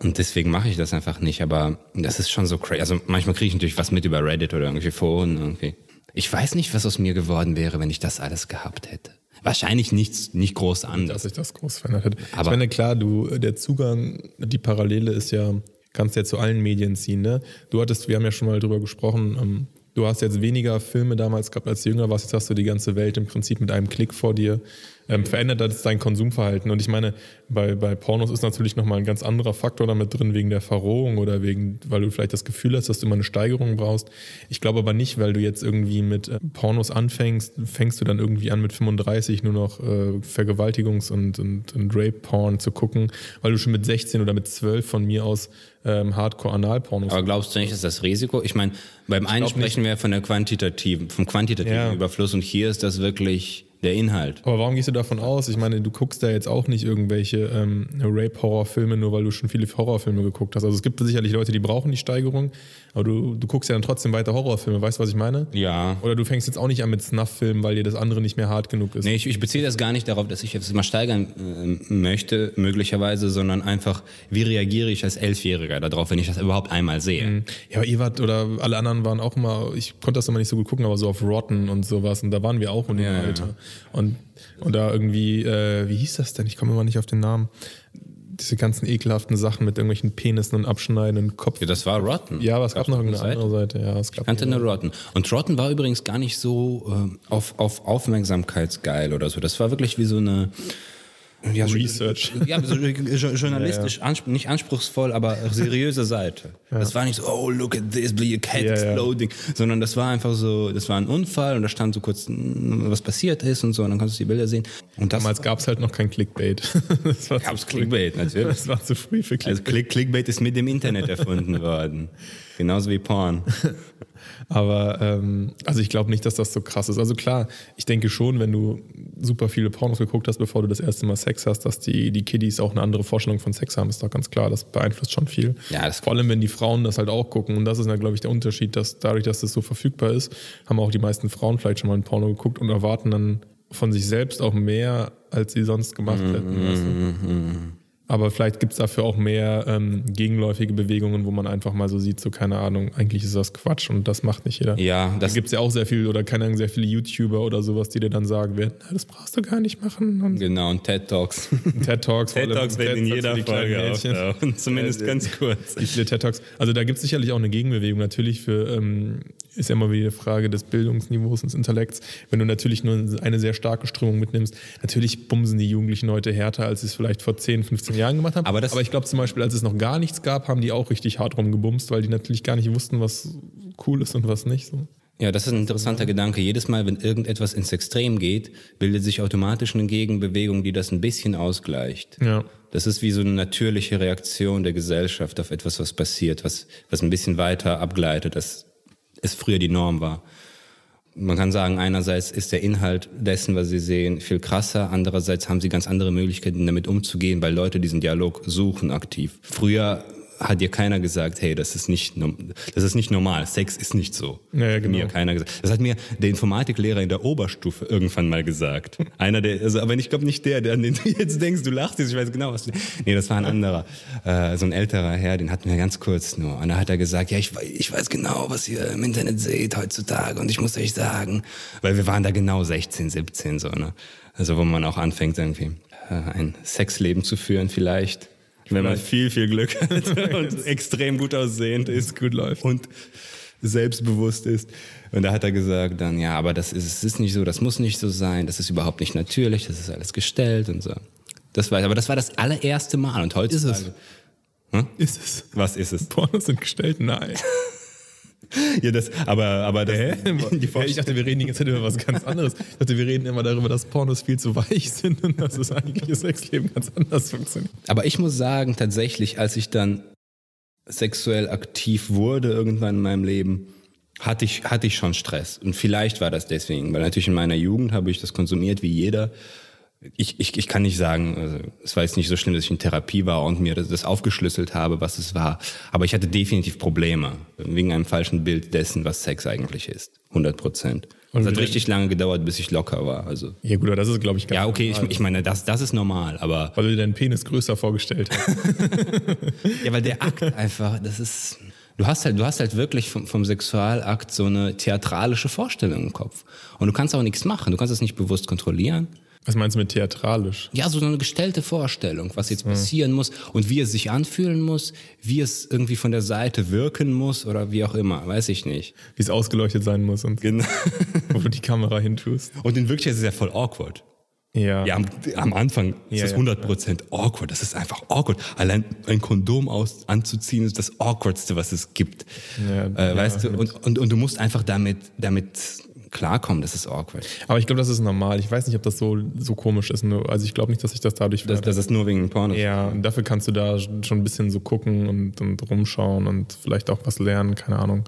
S1: Und deswegen mache ich das einfach nicht. Aber das ist schon so crazy. Also manchmal kriege ich natürlich was mit über Reddit oder irgendwie Foren. Irgendwie. Ich weiß nicht, was aus mir geworden wäre, wenn ich das alles gehabt hätte. Wahrscheinlich nichts, nicht groß anders.
S2: Dass ich das groß verändert hätte. Aber ich meine, klar, du, der Zugang, die Parallele ist ja, kannst ja zu allen Medien ziehen, ne? Du hattest, wir haben ja schon mal drüber gesprochen, ähm, du hast jetzt weniger Filme damals gehabt, als du jünger warst, jetzt hast du die ganze Welt im Prinzip mit einem Klick vor dir. Ähm, verändert das dein Konsumverhalten? Und ich meine, bei, bei Pornos ist natürlich nochmal ein ganz anderer Faktor damit drin, wegen der Verrohung oder wegen, weil du vielleicht das Gefühl hast, dass du immer eine Steigerung brauchst. Ich glaube aber nicht, weil du jetzt irgendwie mit äh, Pornos anfängst, fängst du dann irgendwie an mit 35 nur noch äh, Vergewaltigungs- und, und, und Rape-Porn zu gucken, weil du schon mit 16 oder mit 12 von mir aus ähm, Hardcore-Anal-Pornos.
S1: Aber glaubst du nicht, dass das Risiko? Ich meine, beim einen sprechen nicht. wir von der quantitativen, vom quantitativen ja. Überfluss und hier ist das wirklich der Inhalt.
S2: Aber warum gehst du davon aus? Ich meine, du guckst da jetzt auch nicht irgendwelche ähm, Rape-Horror-Filme, nur weil du schon viele Horrorfilme geguckt hast. Also es gibt sicherlich Leute, die brauchen die Steigerung, aber du, du guckst ja dann trotzdem weiter Horrorfilme, weißt du, was ich meine?
S1: Ja.
S2: Oder du fängst jetzt auch nicht an mit Snuff-Filmen, weil dir das andere nicht mehr hart genug ist.
S1: Nee, ich, ich beziehe das gar nicht darauf, dass ich jetzt mal steigern äh, möchte, möglicherweise, sondern einfach, wie reagiere ich als Elfjähriger darauf, wenn ich das überhaupt einmal sehe? Mhm.
S2: Ja, aber ihr wart oder alle anderen waren auch mal, ich konnte das immer nicht so gut gucken, aber so auf Rotten und sowas und da waren wir auch in dem ja, Alter. Ja. Und, und da irgendwie, äh, wie hieß das denn? Ich komme immer nicht auf den Namen. Diese ganzen ekelhaften Sachen mit irgendwelchen Penissen und abschneidenden Kopf.
S1: Ja, das war Rotten.
S2: Ja, aber es gab, gab noch eine Seite? andere Seite. Ja, es gab
S1: kannte eine Rotten. Und Rotten war übrigens gar nicht so äh, auf, auf Aufmerksamkeitsgeil oder so. Das war wirklich wie so eine.
S2: Ja, Research.
S1: Ja, so journalistisch, ja, ja. Anspr nicht anspruchsvoll, aber seriöse Seite. Das war nicht so, oh, look at this, your cat exploding, sondern das war einfach so, das war ein Unfall und da stand so kurz, mm, was passiert ist und so, und dann kannst du die Bilder sehen. Und das
S2: Damals gab es halt noch kein Clickbait.
S1: Das war gab's Clickbait, natürlich.
S2: Das war zu früh für Clickbait.
S1: Also Click Clickbait ist mit dem Internet erfunden worden. Genauso wie Porn.
S2: Aber ähm, also ich glaube nicht, dass das so krass ist. Also klar, ich denke schon, wenn du super viele Pornos geguckt hast, bevor du das erste Mal Sex hast, dass die, die Kiddies auch eine andere Vorstellung von Sex haben, ist doch ganz klar. Das beeinflusst schon viel.
S1: Ja, das
S2: Vor allem, wenn die Frauen das halt auch gucken. Und das ist ja, glaube ich, der Unterschied, dass dadurch, dass das so verfügbar ist, haben auch die meisten Frauen vielleicht schon mal ein Porno geguckt und erwarten dann von sich selbst auch mehr, als sie sonst gemacht hätten. Mm -hmm. Aber vielleicht gibt es dafür auch mehr ähm, gegenläufige Bewegungen, wo man einfach mal so sieht, so keine Ahnung, eigentlich ist das Quatsch und das macht nicht jeder.
S1: Ja,
S2: das da gibt es ja auch sehr viel oder keine Ahnung, sehr viele YouTuber oder sowas, die dir dann sagen werden, das brauchst du gar nicht machen.
S1: Und genau, und TED Talks.
S2: TED Talks.
S1: TED Talks werden in jeder Folge auftauchen, zumindest ja, ganz kurz.
S2: Die viele TED Talks. Also da gibt es sicherlich auch eine Gegenbewegung. Natürlich für, ähm, ist ja immer wieder eine Frage des Bildungsniveaus und des Intellekts. Wenn du natürlich nur eine sehr starke Strömung mitnimmst, natürlich bumsen die Jugendlichen heute härter, als sie es vielleicht vor 10, 15 Jahren gemacht haben.
S1: Aber,
S2: aber ich glaube zum Beispiel, als es noch gar nichts gab, haben die auch richtig hart rumgebumst, weil die natürlich gar nicht wussten, was cool ist und was nicht. So.
S1: Ja, das ist ein interessanter Gedanke. Jedes Mal, wenn irgendetwas ins Extrem geht, bildet sich automatisch eine Gegenbewegung, die das ein bisschen ausgleicht.
S2: Ja.
S1: Das ist wie so eine natürliche Reaktion der Gesellschaft auf etwas, was passiert, was, was ein bisschen weiter abgleitet, als es früher die Norm war man kann sagen, einerseits ist der Inhalt dessen, was sie sehen, viel krasser. Andererseits haben sie ganz andere Möglichkeiten, damit umzugehen, weil Leute diesen Dialog suchen aktiv. Früher hat dir keiner gesagt, hey, das ist nicht, das ist nicht normal. Sex ist nicht so.
S2: Ja, ja, genau.
S1: Mir keiner gesagt. Das hat mir der Informatiklehrer in der Oberstufe irgendwann mal gesagt. Einer der, also, aber ich glaube nicht der, der, an den du jetzt denkst, du lachst jetzt, ich weiß genau was. Du, nee, das war ein anderer, äh, so ein älterer Herr, den hatten wir ganz kurz nur. Und da hat er gesagt, ja, ich, ich weiß genau, was ihr im Internet seht heutzutage und ich muss euch sagen, weil wir waren da genau 16, 17 so, ne? Also, wo man auch anfängt, irgendwie äh, ein Sexleben zu führen vielleicht. Wenn man viel, viel Glück hat und extrem gut aussehend ist, gut läuft und selbstbewusst ist. Und da hat er gesagt dann, ja, aber das ist, es ist nicht so, das muss nicht so sein, das ist überhaupt nicht natürlich, das ist alles gestellt und so. Das war, aber das war das allererste Mal und heute
S2: ist es.
S1: Hm?
S2: Ist es.
S1: Was ist es?
S2: Pornos sind gestellt? Nein.
S1: Ja, das, aber, aber das,
S2: Hä? Die Vorstellung. ich dachte, wir reden jetzt über was ganz anderes. Ich dachte, wir reden immer darüber, dass Pornos viel zu weich sind und dass das eigentliche Sexleben ganz anders funktioniert.
S1: Aber ich muss sagen, tatsächlich, als ich dann sexuell aktiv wurde irgendwann in meinem Leben, hatte ich, hatte ich schon Stress. Und vielleicht war das deswegen, weil natürlich in meiner Jugend habe ich das konsumiert wie jeder. Ich, ich, ich kann nicht sagen, also es war jetzt nicht so schlimm, dass ich in Therapie war und mir das, das aufgeschlüsselt habe, was es war. Aber ich hatte definitiv Probleme wegen einem falschen Bild dessen, was Sex eigentlich ist. 100 Prozent. Es hat richtig lange gedauert, bis ich locker war. Also.
S2: Ja gut, aber das ist, glaube ich,
S1: ganz Ja, okay, ich, ich meine, das, das ist normal, aber...
S2: Weil du dir deinen Penis größer vorgestellt hast.
S1: ja, weil der Akt einfach, das ist... Du hast halt, du hast halt wirklich vom, vom Sexualakt so eine theatralische Vorstellung im Kopf. Und du kannst auch nichts machen. Du kannst es nicht bewusst kontrollieren.
S2: Was meinst du mit theatralisch?
S1: Ja, so eine gestellte Vorstellung, was jetzt passieren muss und wie es sich anfühlen muss, wie es irgendwie von der Seite wirken muss oder wie auch immer, weiß ich nicht.
S2: Wie es ausgeleuchtet sein muss und
S1: Genau.
S2: wo du die Kamera hintust.
S1: Und in Wirklichkeit ist es ja voll awkward.
S2: Ja.
S1: Ja, am, am Anfang ist
S2: Ja,
S1: das
S2: ja.
S1: 100% awkward. Das ist einfach awkward. Allein ein Kondom aus, anzuziehen ist das awkwardste, was es gibt.
S2: Ja,
S1: äh,
S2: ja,
S1: weißt du, und, und, und du musst einfach damit, damit klarkommen, das ist awkward.
S2: Aber ich glaube, das ist normal. Ich weiß nicht, ob das so, so komisch ist. Nur- Also ich glaube nicht, dass ich das dadurch
S1: Das, das ist nur wegen Pornos.
S2: Ja, und dafür kannst du da schon ein bisschen so gucken und, und rumschauen und vielleicht auch was lernen, keine Ahnung.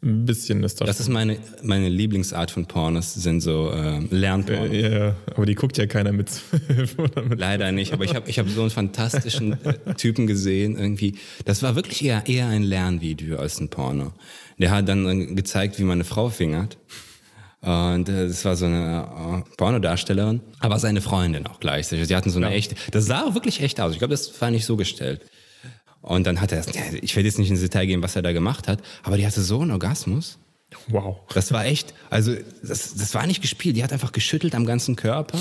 S2: Ein bisschen ist das.
S1: Das ist meine, meine Lieblingsart von Pornos, sind so äh, Lernpornos.
S2: ja, ja, aber die guckt ja keiner mit zwölf oder mit.
S1: Leider nicht, aber ich habe ich hab so einen fantastischen äh, Typen gesehen irgendwie. Das war wirklich eher, eher ein Lernvideo als ein Porno. Der hat dann äh, gezeigt, wie meine Frau fingert. Und äh, das war so eine äh, Pornodarstellerin, aber seine Freundin auch gleichzeitig. Sie hatten so eine echte, das sah auch wirklich echt aus. Ich glaube, das war nicht so gestellt. Und dann hat er, ja, ich werde jetzt nicht ins Detail gehen, was er da gemacht hat, aber die hatte so einen Orgasmus.
S2: Wow.
S1: Das war echt, also das, das war nicht gespielt. Die hat einfach geschüttelt am ganzen Körper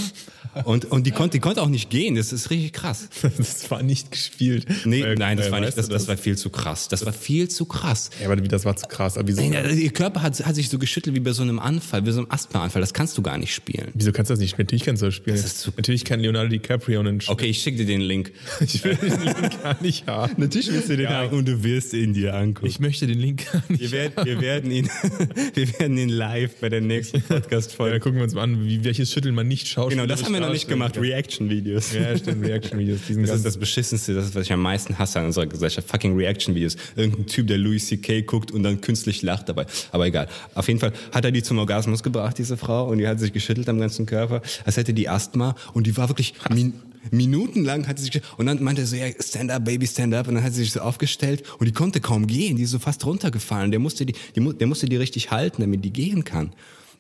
S1: und, und die, konnte, die konnte auch nicht gehen. Das ist richtig krass.
S2: Das war nicht gespielt.
S1: Nee,
S2: Äh,
S1: nein, das
S2: äh,
S1: war nicht,
S2: weißt
S1: das,
S2: du
S1: das war viel zu krass. Das war viel zu krass.
S2: Ja, aber wie, das war zu krass. Aber wieso,
S1: Nein, also Ihr Körper hat, hat sich so geschüttelt wie bei so einem Anfall, wie so einem Asthmaanfall. Das kannst du gar nicht spielen.
S2: wieso kannst du das nicht spielen? Natürlich kannst du das spielen.
S1: ist zu-
S2: Natürlich kann Leonardo DiCaprio einen Sch-
S1: Okay, ich schicke dir den Link.
S2: Ich will den Link gar nicht haben.
S1: Natürlich willst du den
S2: Ja.
S1: und du wirst ihn dir angucken.
S2: Ich möchte den Link gar nicht
S1: wir, werden, wir, werden ihn, wir werden ihn live bei der nächsten
S2: haben. Ja,
S1: Podcast-Folge.
S2: gucken wir uns mal an, wie, welches Schütteln man nicht schaut.
S1: Genau, das haben wir noch nicht gemacht. Reaction-Videos.
S2: Ja, stimmt, Reaction-Videos. diesen
S1: Das ist
S2: ganzen-
S1: das Beschissenste, das ist, was ich am meisten hasse an unserer Gesellschaft. Fucking Reaction-Videos. Irgendein Typ, der Louis C.K. guckt und dann künstlich lacht dabei. Aber egal. Auf jeden Fall hat er die zum Orgasmus gebracht, diese Frau, und die hat sich geschüttelt am ganzen Körper, als hätte die Asthma. Und die war wirklich min minutenlang hat sie sich geschüttelt. Und dann meinte er so, ja, stand up, Baby, stand up. Und dann hat sie sich so aufgestellt und die konnte kaum gehen. Die ist so fast runtergefallen. Der musste die, die, mu- der musste die richtig halten, damit die gehen kann.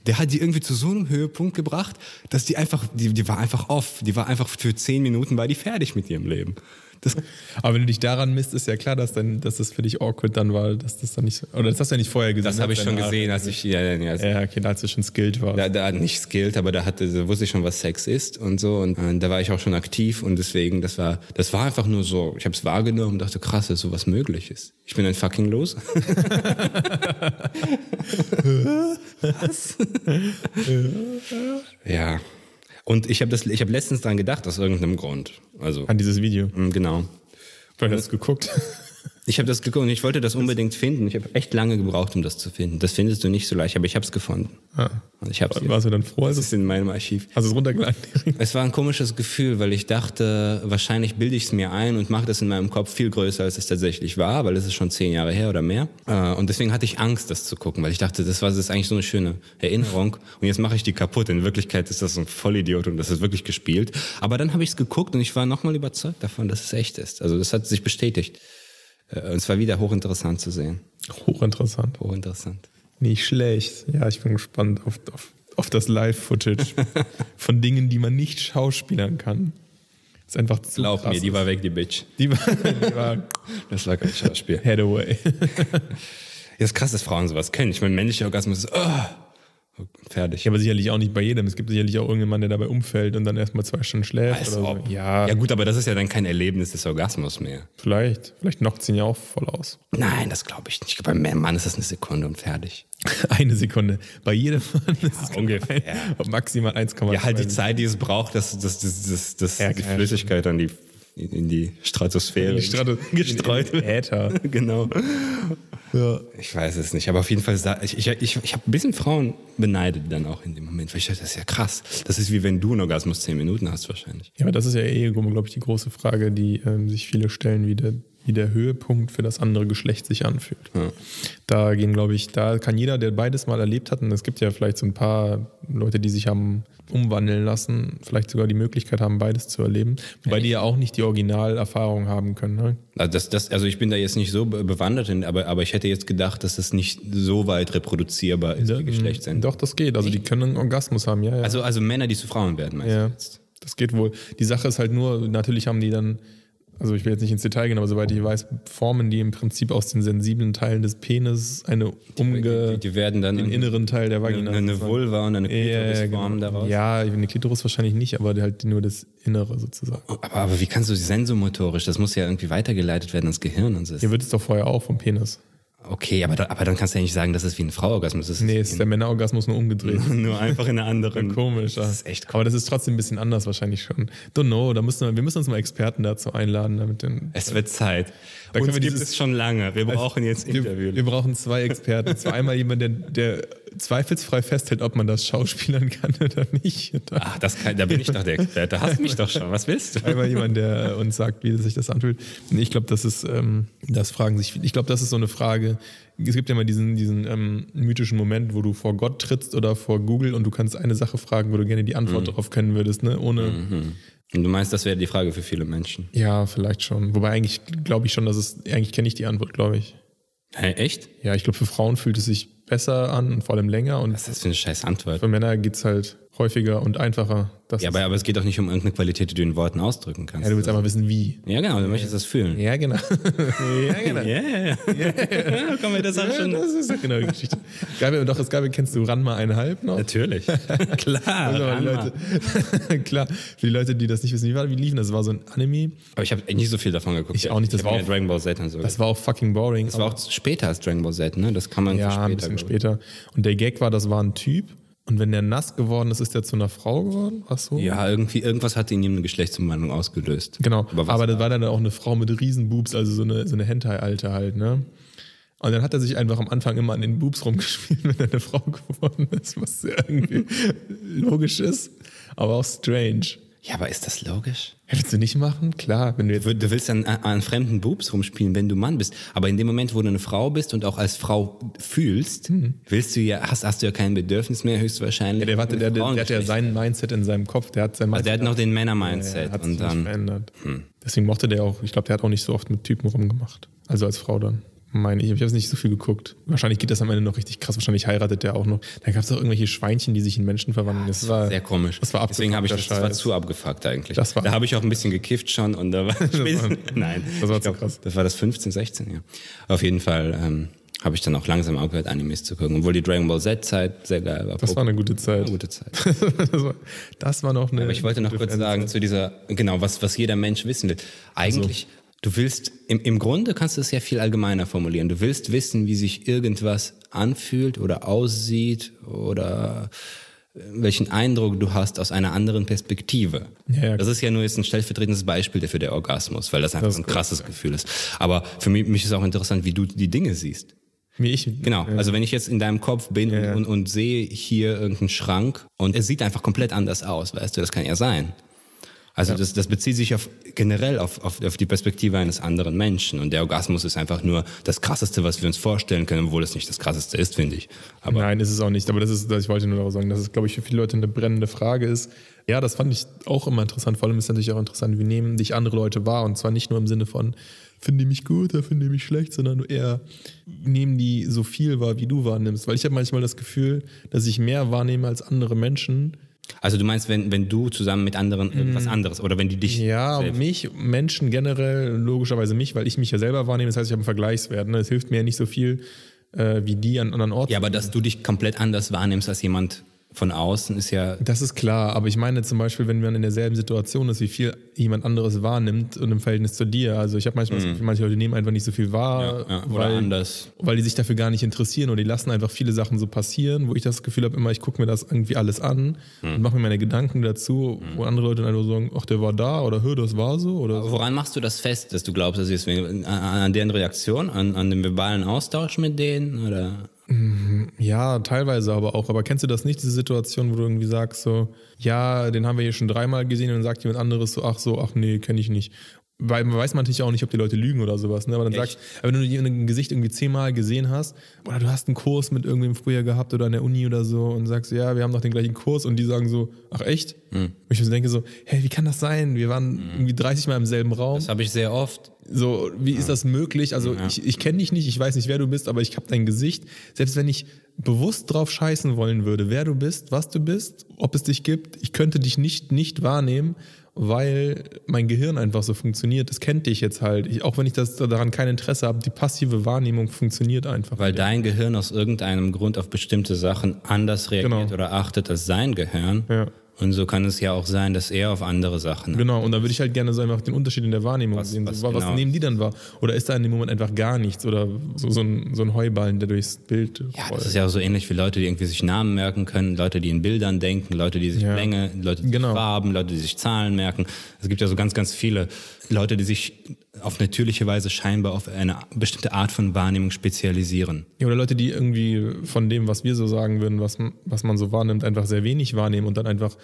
S1: Der hat die irgendwie zu so einem Höhepunkt gebracht, dass die einfach, die, die war einfach off. Die war einfach für zehn Minuten war die fertig mit ihrem Leben. Das,
S2: Aber wenn du dich daran misst, ist ja klar, dass, dann, dass das für dich awkward dann war, dass das dann nicht. Oder das hast du ja nicht vorher gesehen.
S1: das habe ich
S2: hast
S1: schon
S2: deine Art-
S1: gesehen, als ich, ja, ja, ja, als-
S2: Ja, okay, als du schon skilled warst.
S1: da, da nicht skilled, aber da hatte, da wusste ich schon, was Sex ist und so und äh, da war ich auch schon aktiv und deswegen, das war, das war einfach nur so. Ich habe es wahrgenommen und dachte, krass, dass sowas möglich ist. Ich bin ein fucking los. ja. Und ich habe das, ich habe letztens dran gedacht aus irgendeinem Grund. Also
S2: An dieses Video.
S1: mm, genau.
S2: Weil du hast geguckt.
S1: Ich habe das geguckt und ich wollte das unbedingt finden. Ich habe echt lange gebraucht, um das zu finden. Das findest du nicht so leicht, aber ich habe es gefunden.
S2: Ah.
S1: Und Ich habe es.
S2: Warst du dann froh, als
S1: Das
S2: es,
S1: ist in meinem Archiv.
S2: als es runtergeladen
S1: Es war ein komisches Gefühl, weil ich dachte, wahrscheinlich bilde ich es mir ein und mache das in meinem Kopf viel größer, als es tatsächlich war, weil es ist schon zehn Jahre her oder mehr. Äh, Und deswegen hatte ich Angst, das zu gucken, weil ich dachte, das war das ist eigentlich so eine schöne Erinnerung und jetzt mache ich die kaputt. In Wirklichkeit ist das ein Vollidiot und das ist wirklich gespielt. Aber dann habe ich es geguckt und ich war nochmal überzeugt davon, dass es echt ist. Also das hat sich bestätigt. Äh, Und es war wieder hochinteressant zu sehen.
S2: Hochinteressant.
S1: Hochinteressant.
S2: Nicht schlecht. Ja, ich bin gespannt auf, auf, auf das Live-Footage von Dingen, die man nicht schauspielern kann. ist einfach zu
S1: Glaub
S2: krass.
S1: mir, die war weg, die Bitch.
S2: die war, die war
S1: Das war kein Schauspiel.
S2: head away.
S1: Ja, ist krass, dass Frauen sowas kennen. Ich meine, männlicher Orgasmus ist oh, fertig.
S2: Ja, aber sicherlich auch nicht bei jedem. Es gibt sicherlich auch irgendeinen Mann, der dabei umfällt und dann erstmal zwei Stunden schläft.
S1: Als
S2: oder
S1: ob.
S2: so. Ja,
S1: Ja gut, aber das ist ja dann kein Erlebnis des Orgasmus mehr.
S2: vielleicht. Vielleicht knockt sie ihn ja auch voll aus.
S1: Nein, das glaube ich nicht. Ich glaub, Beim Mann ist das eine Sekunde und fertig.
S2: Eine Sekunde. Bei jedem Mann ist es
S1: ungefähr.
S2: Ein, maximal 1,2.
S1: Ja, halt die Zeit, die es braucht, dass, dass, dass, dass, dass
S2: Ja,
S1: die
S2: klar.
S1: Flüssigkeit an die, in in die Stratosphäre
S2: Die Strate-
S1: gestreut
S2: in- in
S1: wird.
S2: Äther.
S1: genau. Ich weiß es nicht, aber auf jeden Fall, sah, ich, ich, ich, ich habe ein bisschen Frauen beneidet dann auch in dem Moment, weil ich dachte, das ist ja krass. Das ist wie wenn du einen Orgasmus zehn Minuten hast wahrscheinlich.
S2: Ja, aber das ist ja eh, glaube ich, die große Frage, die ähm, sich viele stellen, wie der, wie der Höhepunkt für das andere Geschlecht sich anfühlt.
S1: Ja.
S2: Da gehen, glaube ich, da kann jeder, der beides mal erlebt hat, und es gibt ja vielleicht so ein paar Leute, die sich haben umwandeln lassen, vielleicht sogar die Möglichkeit haben, beides zu erleben, wobei die ja auch nicht die Originalerfahrung haben können. Ne?
S1: Also, das, das, also ich bin da jetzt nicht so be- bewandert, in, aber, aber ich hätte jetzt gedacht, dass das nicht so weit reproduzierbar ist, wie Geschlechtsänderung.
S2: Mhm. Doch, das geht. Also die können einen Orgasmus haben, ja, ja.
S1: Also, also Männer, die zu Frauen werden, meinst
S2: Ja,
S1: du jetzt?
S2: das geht wohl. Die Sache ist halt nur, natürlich haben die dann, also ich will jetzt nicht ins Detail gehen, aber soweit ich weiß, formen die im Prinzip aus den sensiblen Teilen des Penis eine umge...
S1: Die, die werden dann
S2: den inneren Teil der Vagina.
S1: eine, eine Vulva und eine Klitorisform
S2: genau.
S1: daraus.
S2: ja, eine Klitoris wahrscheinlich nicht, aber halt nur das Innere sozusagen.
S1: Oh, Aber, aber wie kannst du sensomotorisch? Das muss ja irgendwie weitergeleitet werden ins Gehirn und so.
S2: Hier wird es doch vorher auch vom Penis.
S1: Okay, aber, da, aber dann kannst du ja nicht sagen, dass es wie ein Frauorgasmus ist.
S2: Nee, es ist der Männerorgasmus nur umgedreht.
S1: nur einfach in einer anderen.
S2: Komisch, ja.
S1: Das ist echt
S2: Aber das ist trotzdem ein bisschen anders wahrscheinlich schon. Don't know, da müssen wir, wir müssen uns mal Experten dazu einladen, damit den,
S1: Es wird Zeit.
S2: Da
S1: Uns
S2: können wir
S1: gibt
S2: dieses-
S1: es schon lange. Wir brauchen jetzt
S2: Wir,
S1: Interview.
S2: wir brauchen zwei Experten. Zwar einmal jemand, der, der zweifelsfrei festhält, ob man das schauspielern kann oder nicht. Und dann
S1: Ach, das kann, da bin ich doch der Experte. Da hast du mich doch schon. Was willst du?
S2: einmal jemand, der uns sagt, wie sich das anfühlt. Und ich glaube, das ist, ähm, das fragen sich, viele. ich glaube, das ist so eine Frage. Es gibt ja immer diesen, diesen ähm, mythischen Moment, wo du vor Gott trittst oder vor Google und du kannst eine Sache fragen, wo du gerne die Antwort darauf kennen würdest, ne? Ohne,
S1: Und du meinst, das wäre die Frage für viele Menschen.
S2: ja, vielleicht schon. Wobei eigentlich glaube ich schon, dass es, eigentlich kenne ich die Antwort, glaube ich.
S1: Hä, echt?
S2: Ja, ich glaube, für Frauen fühlt es sich besser an und vor allem länger und
S1: Was ist das für eine scheiß Antwort?
S2: Für Männer geht es halt häufiger und einfacher. Das
S1: Ja,
S2: ist-
S1: aber, aber es geht doch nicht um irgendeine Qualität, die du in Worten ausdrücken kannst.
S2: ja, du willst einfach wissen, wie.
S1: Ja, genau, du möchtest das fühlen.
S2: Ja, genau. ja, genau.
S1: Ja, ja, ja. Komm, wir das haben
S2: Ja,
S1: schon.
S2: das ist doch genau die Geschichte. Gabi, doch, es gab, kennst du Ranma eineinhalb noch?
S1: Natürlich. Klar.
S2: Also, die
S1: Ranma.
S2: Leute, klar, für die Leute, die das nicht wissen, wie, war, wie liefen das? Das war so ein Anime,
S1: Aber ich habe nicht so viel davon geguckt.
S2: Ich auch nicht, das
S1: Ich
S2: war
S1: war
S2: auch-
S1: Dragon Ball Z und so.
S2: das war auch fucking boring.
S1: Das war auch später als Dragon Ball Z, ne? Das kann man
S2: ja,
S1: für
S2: ein bisschen
S1: glaube ich.
S2: später. Und der Gag war, das war ein Typ und wenn der nass geworden ist, ist der zu einer Frau geworden? Was so?
S1: Ja, irgendwie, irgendwas hat in ihm eine Geschlechtsumwandlung ausgelöst.
S2: Genau,
S1: Aber
S2: aber,
S1: was
S2: das war dann auch eine Frau mit Riesenboobs, also so eine, so eine Hentai-Alte halt, ne? Und dann hat er sich einfach am Anfang immer an den Boobs rumgespielt, wenn er eine Frau geworden ist, was ja irgendwie logisch ist, aber auch strange.
S1: Ja, aber ist das logisch?
S2: Hättest du nicht machen? Klar, wenn du jetzt.
S1: Du du willst dann an, an fremden Boobs rumspielen, wenn du Mann bist. Aber in dem Moment, wo du eine Frau bist und auch als Frau fühlst, willst du ja, hast, hast du ja kein Bedürfnis mehr, höchstwahrscheinlich.
S2: Der, warte, der, der, der hat Mhm. ja
S1: Frauengeschlecht.
S2: sein Mindset in seinem Kopf, der hat sein
S1: Also der
S2: Mindset.
S1: hat noch den
S2: der
S1: Männer-Mindset.
S2: hat sich
S1: und
S2: nicht
S1: dann. hm.
S2: verändert. Deswegen mochte der auch, ich glaube, der hat auch nicht so oft mit Typen rumgemacht. Also als Frau dann. Meine ich, ich habe nicht so viel geguckt. Wahrscheinlich geht das am Ende noch richtig krass. Wahrscheinlich heiratet der auch noch. Da gab es auch irgendwelche Schweinchen, die sich in Menschen verwandeln. Das, war
S1: Sehr komisch.
S2: Das war abgefuckter
S1: Deswegen habe ich das, das war
S2: Scheiß.
S1: zu abgefuckt eigentlich.
S2: Das war-
S1: da habe ich auch ein bisschen gekifft schon und da war
S2: war-
S1: Nein,
S2: das war
S1: ich
S2: zu krass.
S1: Das war das 15, 16, ja. Auf jeden Fall ähm, habe ich dann auch langsam aufgehört, Animes zu gucken, obwohl die Dragon Ball Z Zeit sehr geil war.
S2: Das war eine gute Zeit.
S1: gute Zeit.
S2: das, war, das war noch eine.
S1: Aber ich wollte noch kurz sagen zu dieser, genau, was, was jeder Mensch wissen will. Eigentlich, du willst, im, im Grunde kannst du es ja viel allgemeiner formulieren. Du willst wissen, wie sich irgendwas anfühlt oder aussieht oder äh, welchen Eindruck du hast aus einer anderen Perspektive.
S2: Ja, ja.
S1: Das ist ja nur jetzt ein stellvertretendes Beispiel dafür der Orgasmus, weil das einfach ein krasses Gefühl ist. Aber für mich, mich ist auch interessant, wie du die Dinge siehst.
S2: Wie ich,
S1: Genau, also wenn ich jetzt in deinem Kopf bin
S2: ja.
S1: und, und sehe hier irgendeinen Schrank und es sieht einfach komplett anders aus, weißt du, das kann ja sein. Also das, das bezieht sich auf, generell auf, auf, auf die Perspektive eines anderen Menschen und der Orgasmus ist einfach nur das Krasseste, was wir uns vorstellen können, obwohl es nicht das Krasseste ist, finde ich. Aber
S2: Nein, ist es auch nicht. Aber das ist, ich wollte nur darauf sagen, dass es, glaube ich, für viele Leute eine brennende Frage ist. Ja, das fand ich auch immer interessant. Vor allem ist natürlich auch interessant, wie nehmen dich andere Leute wahr. Und zwar nicht nur im Sinne von, finde mich gut oder finde mich schlecht, sondern eher nehmen die so viel wahr, wie du wahrnimmst. Weil ich habe manchmal das Gefühl, dass ich mehr wahrnehme als andere Menschen.
S1: also du meinst, wenn, wenn du zusammen mit anderen irgendwas anderes oder wenn die dich
S2: Mhm. Ja,
S1: selbst-
S2: mich, Menschen generell, logischerweise mich, weil ich mich ja selber wahrnehme. Das heißt, ich habe einen Vergleichswert. Ne? Es hilft mir ja nicht so viel, äh, wie die an anderen Orten.
S1: ja, aber dass du dich komplett anders wahrnimmst als jemand von außen ist ja
S2: Das ist klar, aber ich meine zum Beispiel, wenn man in derselben Situation ist, wie viel jemand anderes wahrnimmt und im Verhältnis zu dir. Also ich habe manchmal das Gefühl, manche Leute nehmen einfach nicht so viel wahr,
S1: Mhm. Ja, ja, oder
S2: weil,
S1: anders.
S2: weil die sich dafür gar nicht interessieren oder die lassen einfach viele Sachen so passieren, wo ich das Gefühl habe, immer ich gucke mir das irgendwie alles an
S1: Mhm.
S2: und mache mir meine Gedanken dazu, wo andere Leute dann einfach sagen, ach der war da oder hör, das war so oder so.
S1: Woran machst du das fest, dass du glaubst, dass sie deswegen äh, an, an deren Reaktion, an, an dem verbalen Austausch mit denen oder
S2: Ja, teilweise aber auch. Aber kennst du das nicht, diese Situation, wo du irgendwie sagst so, ja, den haben wir hier schon dreimal gesehen und dann sagt jemand anderes so, ach so, ach nee, kenne ich nicht. weil weiß man natürlich auch nicht, ob die Leute lügen oder sowas, ne? Aber dann
S1: Echt?
S2: sagst, aber wenn du ein Gesicht irgendwie zehnmal gesehen hast, oder du hast einen Kurs mit irgendwem früher gehabt oder an der Uni oder so und sagst, ja, wir haben doch den gleichen Kurs und die sagen so, ach echt? Und ich mir so denke so, hey, wie kann das sein? Wir waren irgendwie 30 Mal im selben Raum.
S1: Das habe ich sehr oft.
S2: So, wie ist das möglich? Also ich, ich kenne dich nicht, ich weiß nicht, wer du bist, aber ich habe dein Gesicht. Selbst wenn ich bewusst drauf scheißen wollen würde, wer du bist, was du bist, ob es dich gibt, ich könnte dich nicht nicht wahrnehmen, weil mein Gehirn einfach so funktioniert. Das kennt dich jetzt halt. Ich, auch wenn ich das daran kein Interesse habe, die passive Wahrnehmung funktioniert einfach.
S1: Weil dein Gehirn aus irgendeinem Grund auf bestimmte Sachen anders reagiert
S2: Genau.
S1: oder achtet als sein Gehirn.
S2: Ja.
S1: Und so kann es ja auch sein, dass er auf andere Sachen.
S2: Genau, und da würde ich halt gerne so einfach den Unterschied in der Wahrnehmung sehen.
S1: was
S2: Was, so, was
S1: genau.
S2: nehmen die dann wahr? Oder ist da in dem Moment einfach gar nichts? Oder so, so, ein, so ein Heuballen, der durchs Bild
S1: Ja,
S2: rollt?
S1: das ist ja auch so ähnlich wie Leute, die irgendwie sich Namen merken können, Leute, die in Bildern denken, Leute, die sich
S2: Ja.
S1: Länge, Leute, die
S2: Genau.
S1: sich Farben, Leute, die sich Zahlen merken. Es gibt ja so ganz, ganz viele Leute, die sich auf natürliche Weise scheinbar auf eine bestimmte Art von Wahrnehmung spezialisieren.
S2: Ja, oder Leute, die irgendwie von dem, was wir so sagen würden, was, m- was man so wahrnimmt, einfach sehr wenig wahrnehmen und dann einfach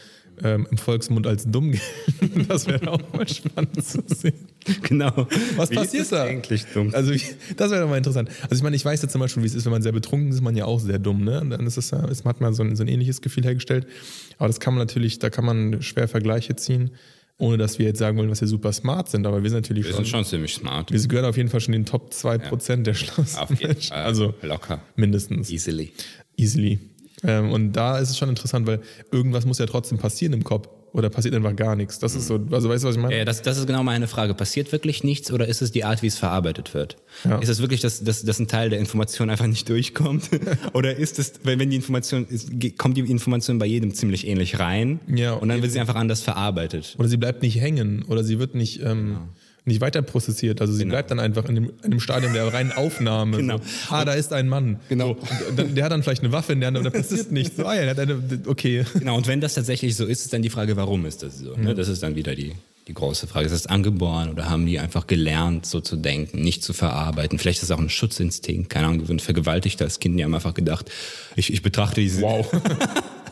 S2: ähm, im Volksmund als dumm gelten. Das wäre auch mal spannend zu sehen.
S1: genau.
S2: Was
S1: Wie
S2: passiert
S1: ist das
S2: da?
S1: eigentlich dumm?
S2: Also, wie- das wäre doch mal interessant. Also, ich meine, ich weiß ja zum Beispiel, wie es ist, wenn man sehr betrunken ist, ist man ja auch sehr dumm, ne? Dann ist es ja, ist, hat man so ein, so ein ähnliches Gefühl hergestellt. Aber das kann man natürlich, da kann man schwer Vergleiche ziehen, ohne dass wir jetzt sagen wollen, was wir super smart sind. Aber wir sind natürlich
S1: Wir
S2: schon,
S1: sind schon ziemlich smart.
S2: wir gehören auf jeden Fall schon in den Top 2% der schlauesten
S1: Auf jeden
S2: Menschen.
S1: Fall.
S2: Also,
S1: locker.
S2: mindestens.
S1: Easily.
S2: Easily. Ähm, und da ist es schon interessant, weil irgendwas muss ja trotzdem passieren im Kopf. Oder passiert einfach gar nichts. Das ist so, also weißt du, was ich meine?
S1: Ja, das, das ist genau meine Frage. Passiert wirklich nichts oder ist es die Art, wie es verarbeitet wird?
S2: Ja.
S1: Ist es wirklich, dass, dass, dass ein Teil der Information einfach nicht durchkommt? oder ist es, wenn, wenn die Information, ist, ge- kommt die Information bei jedem ziemlich ähnlich rein
S2: Ja,
S1: und dann wird sie einfach anders verarbeitet?
S2: Oder sie bleibt nicht hängen oder sie wird nicht, ähm, nicht weiter prozessiert. Also sie bleibt dann einfach in dem, in dem Stadium der reinen Aufnahme.
S1: Genau.
S2: So, ah, da ist ein Mann.
S1: Genau.
S2: So, und dann, der hat dann vielleicht eine Waffe in der Hand, aber da passiert nichts. So, ah ja, der hat eine, okay.
S1: Genau, und wenn das tatsächlich so ist, ist dann die Frage, warum ist das so? Ne? Das ist dann wieder die, die große Frage. Ist das angeboren oder haben die einfach gelernt, so zu denken, nicht zu verarbeiten? Vielleicht ist das auch ein Schutzinstinkt, keine Ahnung, wir wurden vergewaltigt als Kind, die haben einfach gedacht, ich, ich betrachte diese,
S2: Wow.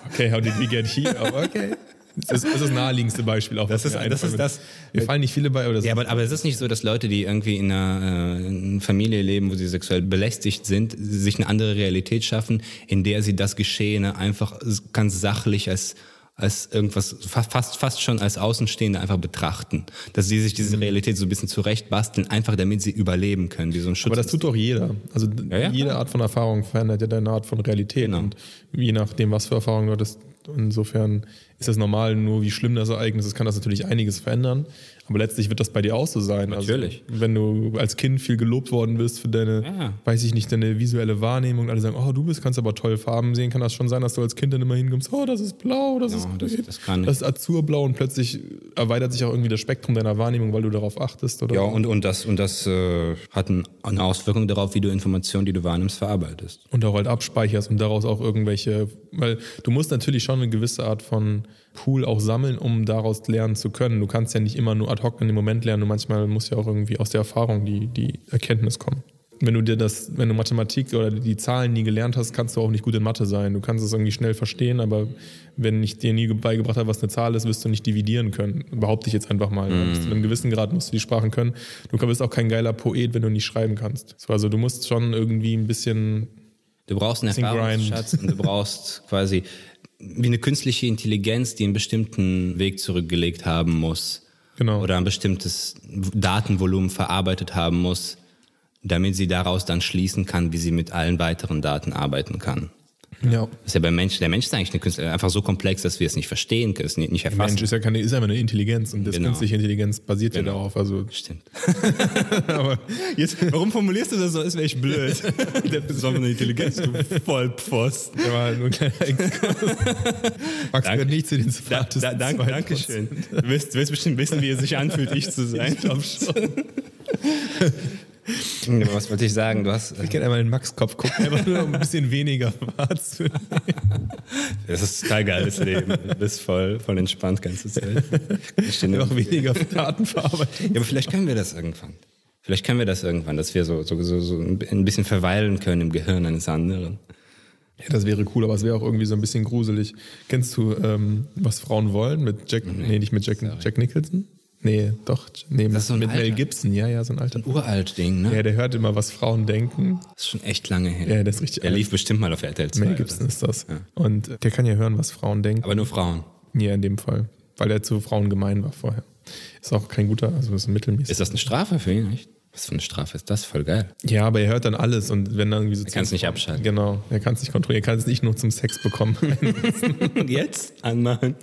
S2: okay, how did we get here? Aber okay. Das ist das, ist das naheliegendste Beispiel auch. Das
S1: ist- das ist das-
S2: Wir fallen nicht viele bei, aber das
S1: Ja, aber, aber es ist nicht so, dass Leute, die irgendwie in einer äh, in Familie leben, wo sie sexuell belästigt sind, sich eine andere Realität schaffen, in der sie das Geschehene einfach ganz sachlich als, als irgendwas, fa- fast, fast schon als Außenstehende einfach betrachten. Dass sie sich diese Realität so ein bisschen zurechtbasteln, einfach damit sie überleben können, wie so ein Schutz.
S2: Aber das tut doch jeder. Also d-
S1: ja,
S2: jede Art von Erfahrung verändert ja deine Art von Realität.
S1: Genau.
S2: Und je nachdem, was für Erfahrungen du hattest, insofern ist das normal, nur wie schlimm das Ereignis ist, kann das natürlich einiges verändern. Aber letztlich wird das bei dir auch so sein.
S1: Natürlich.
S2: Also, wenn du als Kind viel gelobt worden bist für deine,
S1: Ja.
S2: weiß ich nicht, deine visuelle Wahrnehmung, alle sagen, oh, du bist, kannst aber toll Farben sehen, kann das schon sein, dass du als Kind dann immer hinkommst, oh, das ist blau, das
S1: Ja,
S2: ist
S1: das-
S2: grün,
S1: das kann ich.
S2: das ist azurblau und plötzlich erweitert sich auch irgendwie das Spektrum deiner Wahrnehmung, weil du darauf achtest. Oder
S1: ja, und, und das, und das äh, hat ein- eine Auswirkung darauf, wie du Informationen, die du wahrnimmst, verarbeitest.
S2: und auch halt abspeicherst und daraus auch irgendwelche, weil du musst natürlich schon eine gewisse Art von Pool auch sammeln, um daraus lernen zu können. Du kannst ja nicht immer nur ad hoc in dem Moment lernen und manchmal muss ja auch irgendwie aus der Erfahrung die, die Erkenntnis kommen. Wenn du dir das, wenn du Mathematik oder die Zahlen nie gelernt hast, kannst du auch nicht gut in Mathe sein. Du kannst es irgendwie schnell verstehen, aber wenn ich dir nie beigebracht habe, was eine Zahl ist, wirst du nicht dividieren können. Behaupte ich jetzt einfach mal. Bis zu einem gewissen Grad musst du die Sprachen können. Du bist auch kein geiler Poet, wenn du nicht schreiben kannst. So, Also du musst schon irgendwie ein bisschen
S1: Du brauchst einen
S2: Bisschen Grind.
S1: Erfahrungsschatz und du brauchst quasi wie eine künstliche Intelligenz, die einen bestimmten Weg zurückgelegt haben muss
S2: Genau.
S1: oder ein bestimmtes Datenvolumen verarbeitet haben muss, damit sie daraus dann schließen kann, wie sie mit allen weiteren Daten arbeiten kann.
S2: ja.
S1: Das ist ja beim Menschen, der Mensch ist eigentlich eine Künstler, einfach so komplex, dass wir es nicht verstehen können, es nicht nicht erfassen.
S2: Mensch ist ja keine, ist einfach eine Intelligenz und das
S1: Genau.
S2: künstliche Intelligenz basiert ja darauf. Also
S1: Stimmt. Jetzt, warum formulierst du das so, als wäre ich blöd? der besondere Intelligenz, du Vollpfosten.
S2: der war nur ein kleiner Exkurs. Max
S1: Danke.
S2: gehört nicht zu den
S1: Da,
S2: smartesten.
S1: da, danke,
S2: zwei
S1: danke schön. Du wirst, du wirst bestimmt wissen, wie es sich anfühlt, ich zu sein. Ich glaube schon. Was wollte ich sagen? Du hast, äh,
S2: Ich kann einmal in Max Kopf gucken, einfach nur um ein bisschen weniger wahrzunehmen.
S1: das ist total geiles Leben. Du bist voll, voll entspannt ganze Zeit. Ich stehe nur-
S2: Noch weniger Datenverarbeitung.
S1: Ja, aber vielleicht können wir das irgendwann. Vielleicht können wir das irgendwann, dass wir so, so, so, so ein bisschen verweilen können im Gehirn eines anderen.
S2: Ja, das wäre cool, aber es wäre auch irgendwie so ein bisschen gruselig. Kennst du, ähm, was Frauen wollen mit Jack, nee, nicht mit Jack, Jack Nicholson? Nee, doch. Nee,
S1: Mhm. das ist so ein
S2: mit Mel
S1: alter?
S2: Gibson, ja, ja, so ein alter.
S1: Uralt Ding, ne?
S2: Ja, der hört immer, was Frauen denken.
S1: Das ist schon echt lange her.
S2: Ja, das ist richtig
S1: Der
S2: alt.
S1: lief bestimmt mal auf RTL 2.
S2: Mel
S1: oder so.
S2: Gibson ist das.
S1: Ja.
S2: Und äh, der kann ja hören, was Frauen denken.
S1: Aber nur Frauen.
S2: Ja, in dem Fall. Weil er zu Frauen gemein war vorher. Ist auch kein guter, also ist ein mittelmäßig.
S1: Ist das eine Strafe für ihn, echt? Was für eine Strafe ist das? Voll geil.
S2: ja, aber er hört dann alles und wenn dann irgendwie so. Er
S1: kann's nicht abschalten.
S2: Genau, er kann es nicht kontrollieren, er kann es nicht nur zum Sex bekommen.
S1: Und jetzt? Anmachen.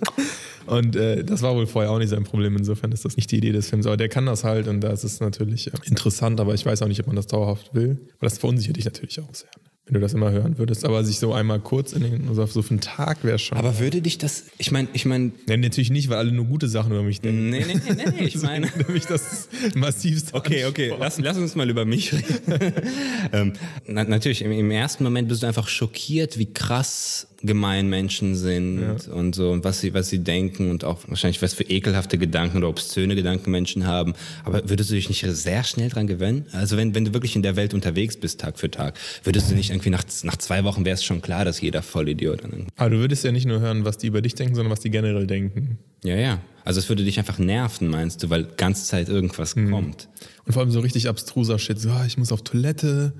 S2: und äh, das war wohl vorher auch nicht sein Problem, insofern ist das nicht die Idee des Films. Aber der kann das halt und das ist natürlich äh, interessant, aber ich weiß auch nicht, ob man das dauerhaft will. Aber das verunsichert dich natürlich auch sehr, ne? wenn du das immer hören würdest. Aber sich so einmal kurz in den, also auf so für einen Tag wäre schon.
S1: Aber würde dich das. Ich meine, ich meine.
S2: Nee, natürlich nicht, weil alle nur gute Sachen über mich denken.
S1: Nee, nee, nee, nee, nee, ich meine.
S2: Nämlich das massivst.
S1: Okay, okay, lass, lass uns mal über mich reden. ähm, na, natürlich, im, im ersten Moment bist du einfach schockiert, wie krass gemein Menschen sind und so und was sie, was sie denken und auch wahrscheinlich, was für ekelhafte Gedanken oder obszöne Gedanken Menschen haben. Aber würdest du dich nicht sehr schnell dran gewöhnen? Also wenn, wenn du wirklich in der Welt unterwegs bist, Tag für Tag, würdest du nicht irgendwie nach, nach zwei Wochen wäre es schon klar, dass jeder Vollidiot an
S2: Aber du würdest ja nicht nur hören, was die über dich denken, sondern was die generell denken.
S1: Ja, ja. Also es würde dich einfach nerven, meinst du, weil ganze Zeit irgendwas
S2: Mhm.
S1: kommt.
S2: Und vor allem so richtig abstruser Shit. So, ah, ich muss auf Toilette.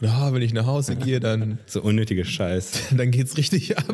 S2: Oder ah, wenn ich nach Hause gehe, dann,
S1: So unnötige Scheiß.
S2: dann geht's richtig ab.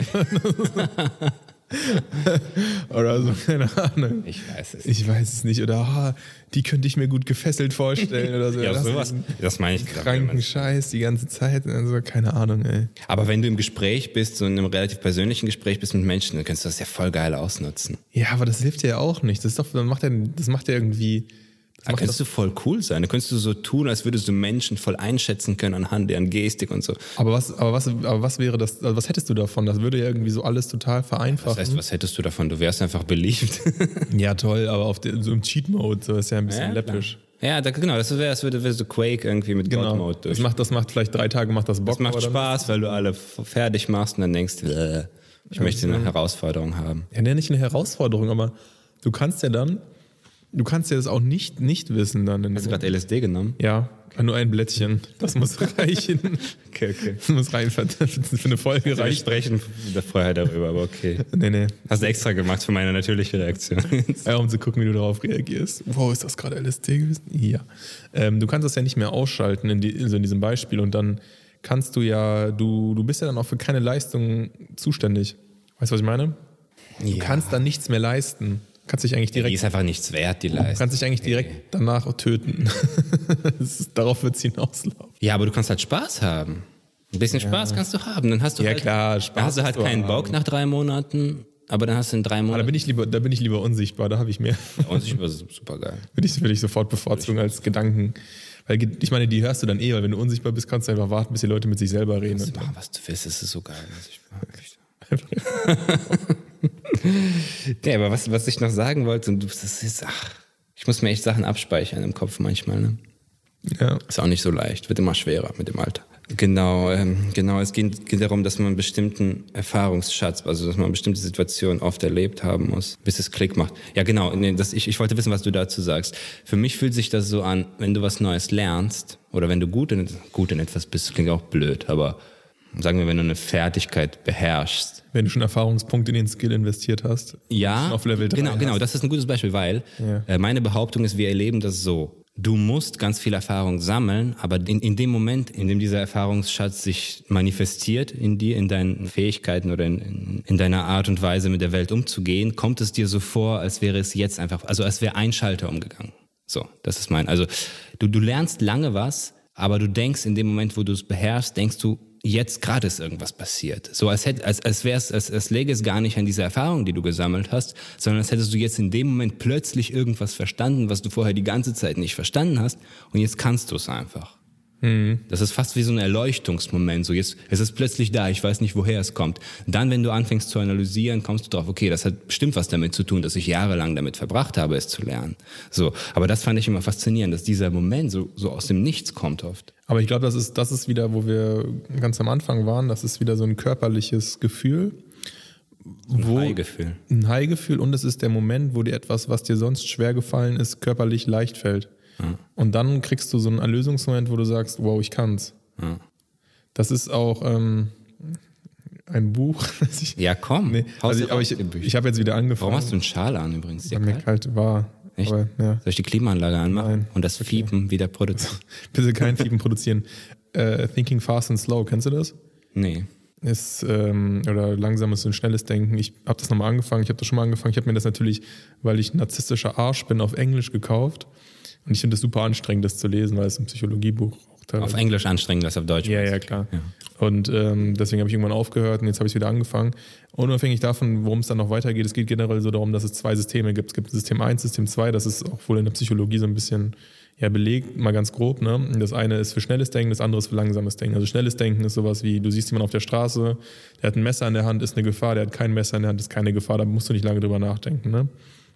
S2: Oder so, keine Ahnung.
S1: Ich weiß es.
S2: Ich weiß es nicht. Oder ah, die könnte ich mir gut gefesselt vorstellen. Oder so.
S1: Ja,
S2: Das
S1: sowas.
S2: ist ein
S1: Das meine ich
S2: Kranken
S1: gerade.
S2: Scheiß die ganze Zeit. Also, keine Ahnung, ey.
S1: Aber wenn du im Gespräch bist, so in einem relativ persönlichen Gespräch bist mit Menschen, dann kannst du das ja voll geil ausnutzen.
S2: Ja, aber das hilft dir ja auch nicht. Das ist doch, dann macht er, das macht er irgendwie. Das
S1: Dann
S2: macht
S1: kannst
S2: das,
S1: du voll cool sein. Dann kannst du so tun, als würdest du Menschen voll einschätzen können anhand deren Gestik und so.
S2: aber was, aber was, aber was wäre das? Also was hättest du davon? Das würde ja irgendwie so alles total vereinfachen.
S1: Das heißt, was hättest du davon? Du wärst einfach beliebt.
S2: ja, toll, aber auf der, so im Cheat-Mode, so ist ja ein bisschen läppisch.
S1: Ja, da, genau. Das wäre, als würde, würdest du Quake irgendwie mit God
S2: Genau.
S1: Mode
S2: Das
S1: durch.
S2: macht, das macht vielleicht drei Tage, macht das Bock.
S1: Das macht
S2: aber dann-
S1: Spaß, weil du alle f- fertig machst und dann denkst, äh, ich möchte eine Herausforderung haben.
S2: Ja, nenne ich eine Herausforderung, aber du kannst ja dann, du kannst ja das auch nicht, nicht wissen dann. In
S1: Hast du
S2: dem,
S1: gerade LSD genommen?
S2: ja, nur ein Blättchen. Das muss reichen.
S1: Okay, okay.
S2: Das muss reichen für, für eine Folge
S1: Wir
S2: reichen.
S1: sprechen vorher darüber, aber okay.
S2: Nee, nee.
S1: Hast du extra gemacht für meine natürliche Reaktion.
S2: Ja, um zu gucken, wie du darauf reagierst. Wow, ist das gerade LSD gewesen? Ja. Ähm, du kannst das ja nicht mehr ausschalten in, die, also in diesem Beispiel und dann kannst du ja, du, du bist ja dann auch für keine Leistung zuständig. Weißt du, was ich meine? Du
S1: Ja.
S2: kannst dann nichts mehr leisten. Kannst dich eigentlich
S1: Die
S2: direkt,
S1: ist einfach nichts wert, die Leistung.
S2: kannst dich eigentlich direkt danach auch töten. das ist, darauf wird es hinauslaufen.
S1: Ja, aber du kannst halt Spaß haben. Ein bisschen Spaß kannst du haben. Dann hast du
S2: Ja,
S1: halt,
S2: klar,
S1: dann
S2: Spaß
S1: hast du halt
S2: kannst du
S1: keinen
S2: haben.
S1: Bock nach drei Monaten, aber dann hast du in drei
S2: Da
S1: Monaten.
S2: bin ich lieber, da bin ich lieber unsichtbar, da habe ich mehr.
S1: Und ich war super geil.
S2: Würde ich, würde ich sofort bevorzugen als Gedanken. Weil ge- ich meine, die hörst du dann eh, weil wenn du unsichtbar bist, kannst du einfach warten, bis die Leute mit sich selber reden.
S1: Du machen, was du willst, das ist so geil. Also ich mag dich. nee, aber was, was ich noch sagen wollte, und du- das ist, ach, ich muss mir echt Sachen abspeichern im Kopf manchmal, ne?
S2: Ja.
S1: Ist auch nicht so leicht, wird immer schwerer mit dem Alter. Genau, ähm, genau. Es geht, geht darum, dass man einen bestimmten Erfahrungsschatz, also dass man bestimmte Situationen oft erlebt haben muss, bis es Klick macht. Ja, genau. Nee, das, ich, ich wollte wissen, was du dazu sagst. Für mich fühlt sich das so an, wenn du was Neues lernst oder wenn du gut in, gut in etwas bist, klingt auch blöd, aber sagen wir, wenn du eine Fertigkeit beherrschst,
S2: Wenn du schon Erfahrungspunkte in den Skill investiert hast.
S1: ja,
S2: schon Auf Level 3
S1: genau,
S2: hast.
S1: genau. Das ist ein gutes Beispiel, weil
S2: Ja.
S1: äh, meine Behauptung ist, wir erleben das so. Du musst ganz viel Erfahrung sammeln, aber in, in dem Moment, in dem dieser Erfahrungsschatz sich manifestiert in dir, in deinen Fähigkeiten oder in, in, in deiner Art und Weise mit der Welt umzugehen, kommt es dir so vor, als wäre es jetzt einfach, also als wäre ein Schalter umgegangen. So, das ist mein. Also du, du lernst lange was, aber du denkst in dem Moment, wo du es beherrschst, denkst du, jetzt gerade ist irgendwas passiert. So als hätte, als, als wär's, als, als läge es gar nicht an dieser Erfahrung, die du gesammelt hast, sondern als hättest du jetzt in dem Moment plötzlich irgendwas verstanden, was du vorher die ganze Zeit nicht verstanden hast und jetzt kannst du es einfach. Das ist fast wie so ein Erleuchtungsmoment. So jetzt, es ist plötzlich da, ich weiß nicht, woher es kommt. Dann, wenn du anfängst zu analysieren, kommst du drauf, okay, das hat bestimmt was damit zu tun, dass ich jahrelang damit verbracht habe, es zu lernen. So, aber das fand ich immer faszinierend, dass dieser Moment so, so aus dem Nichts kommt oft.
S2: Aber ich glaube, das ist, das ist wieder, wo wir ganz am Anfang waren, das ist wieder so ein körperliches Gefühl. Wo,
S1: High-Gefühl.
S2: ein High-Gefühl und es ist der Moment, wo dir etwas, was dir sonst schwer gefallen ist, körperlich leicht fällt. Und dann kriegst du so einen Erlösungsmoment, wo du sagst, wow, ich kann's.
S1: Ja.
S2: Das ist auch ähm, ein Buch. das ich-
S1: Ja, komm.
S2: Nee,
S1: Haus
S2: also,
S1: der
S2: ich- aber ich,
S1: Raubtierbücher.
S2: ich habe jetzt wieder angefangen.
S1: Warum hast du einen Schal an übrigens? Dir
S2: weil mir
S1: kalt?
S2: kalt war.
S1: Echt?
S2: Aber, ja.
S1: Soll ich die Klimaanlage anmachen
S2: Nein.
S1: und das Fiepen wieder produzieren?
S2: Bitte kein Fiepen produzieren. Äh, Thinking Fast and Slow, kennst du das?
S1: Nee.
S2: ist ähm, oder langsames und schnelles Denken. Ich habe das nochmal angefangen, ich habe das schon mal angefangen. Ich habe mir das natürlich, weil ich ein narzisstischer Arsch bin, auf Englisch gekauft. Und ich finde es super anstrengend, das zu lesen, weil es ein Psychologiebuch auch
S1: Auf
S2: teilweise.
S1: Englisch anstrengend, das auf Deutsch.
S2: Ja,
S1: ist.
S2: ja, klar. Und ähm, deswegen habe ich irgendwann aufgehört und jetzt habe ich wieder angefangen. Unabhängig davon, worum es dann noch weitergeht, es geht generell so darum, dass es zwei Systeme gibt. Es gibt System 1, System 2, das ist auch wohl in der Psychologie so ein bisschen ja, belegt, mal ganz grob. Ne? Das eine ist für schnelles Denken, das andere ist für langsames Denken. Also schnelles Denken ist sowas wie, du siehst jemanden auf der Straße, der hat ein Messer in der Hand, ist eine Gefahr, der hat kein Messer in der Hand, ist keine Gefahr, da musst du nicht lange drüber nachdenken. Ne?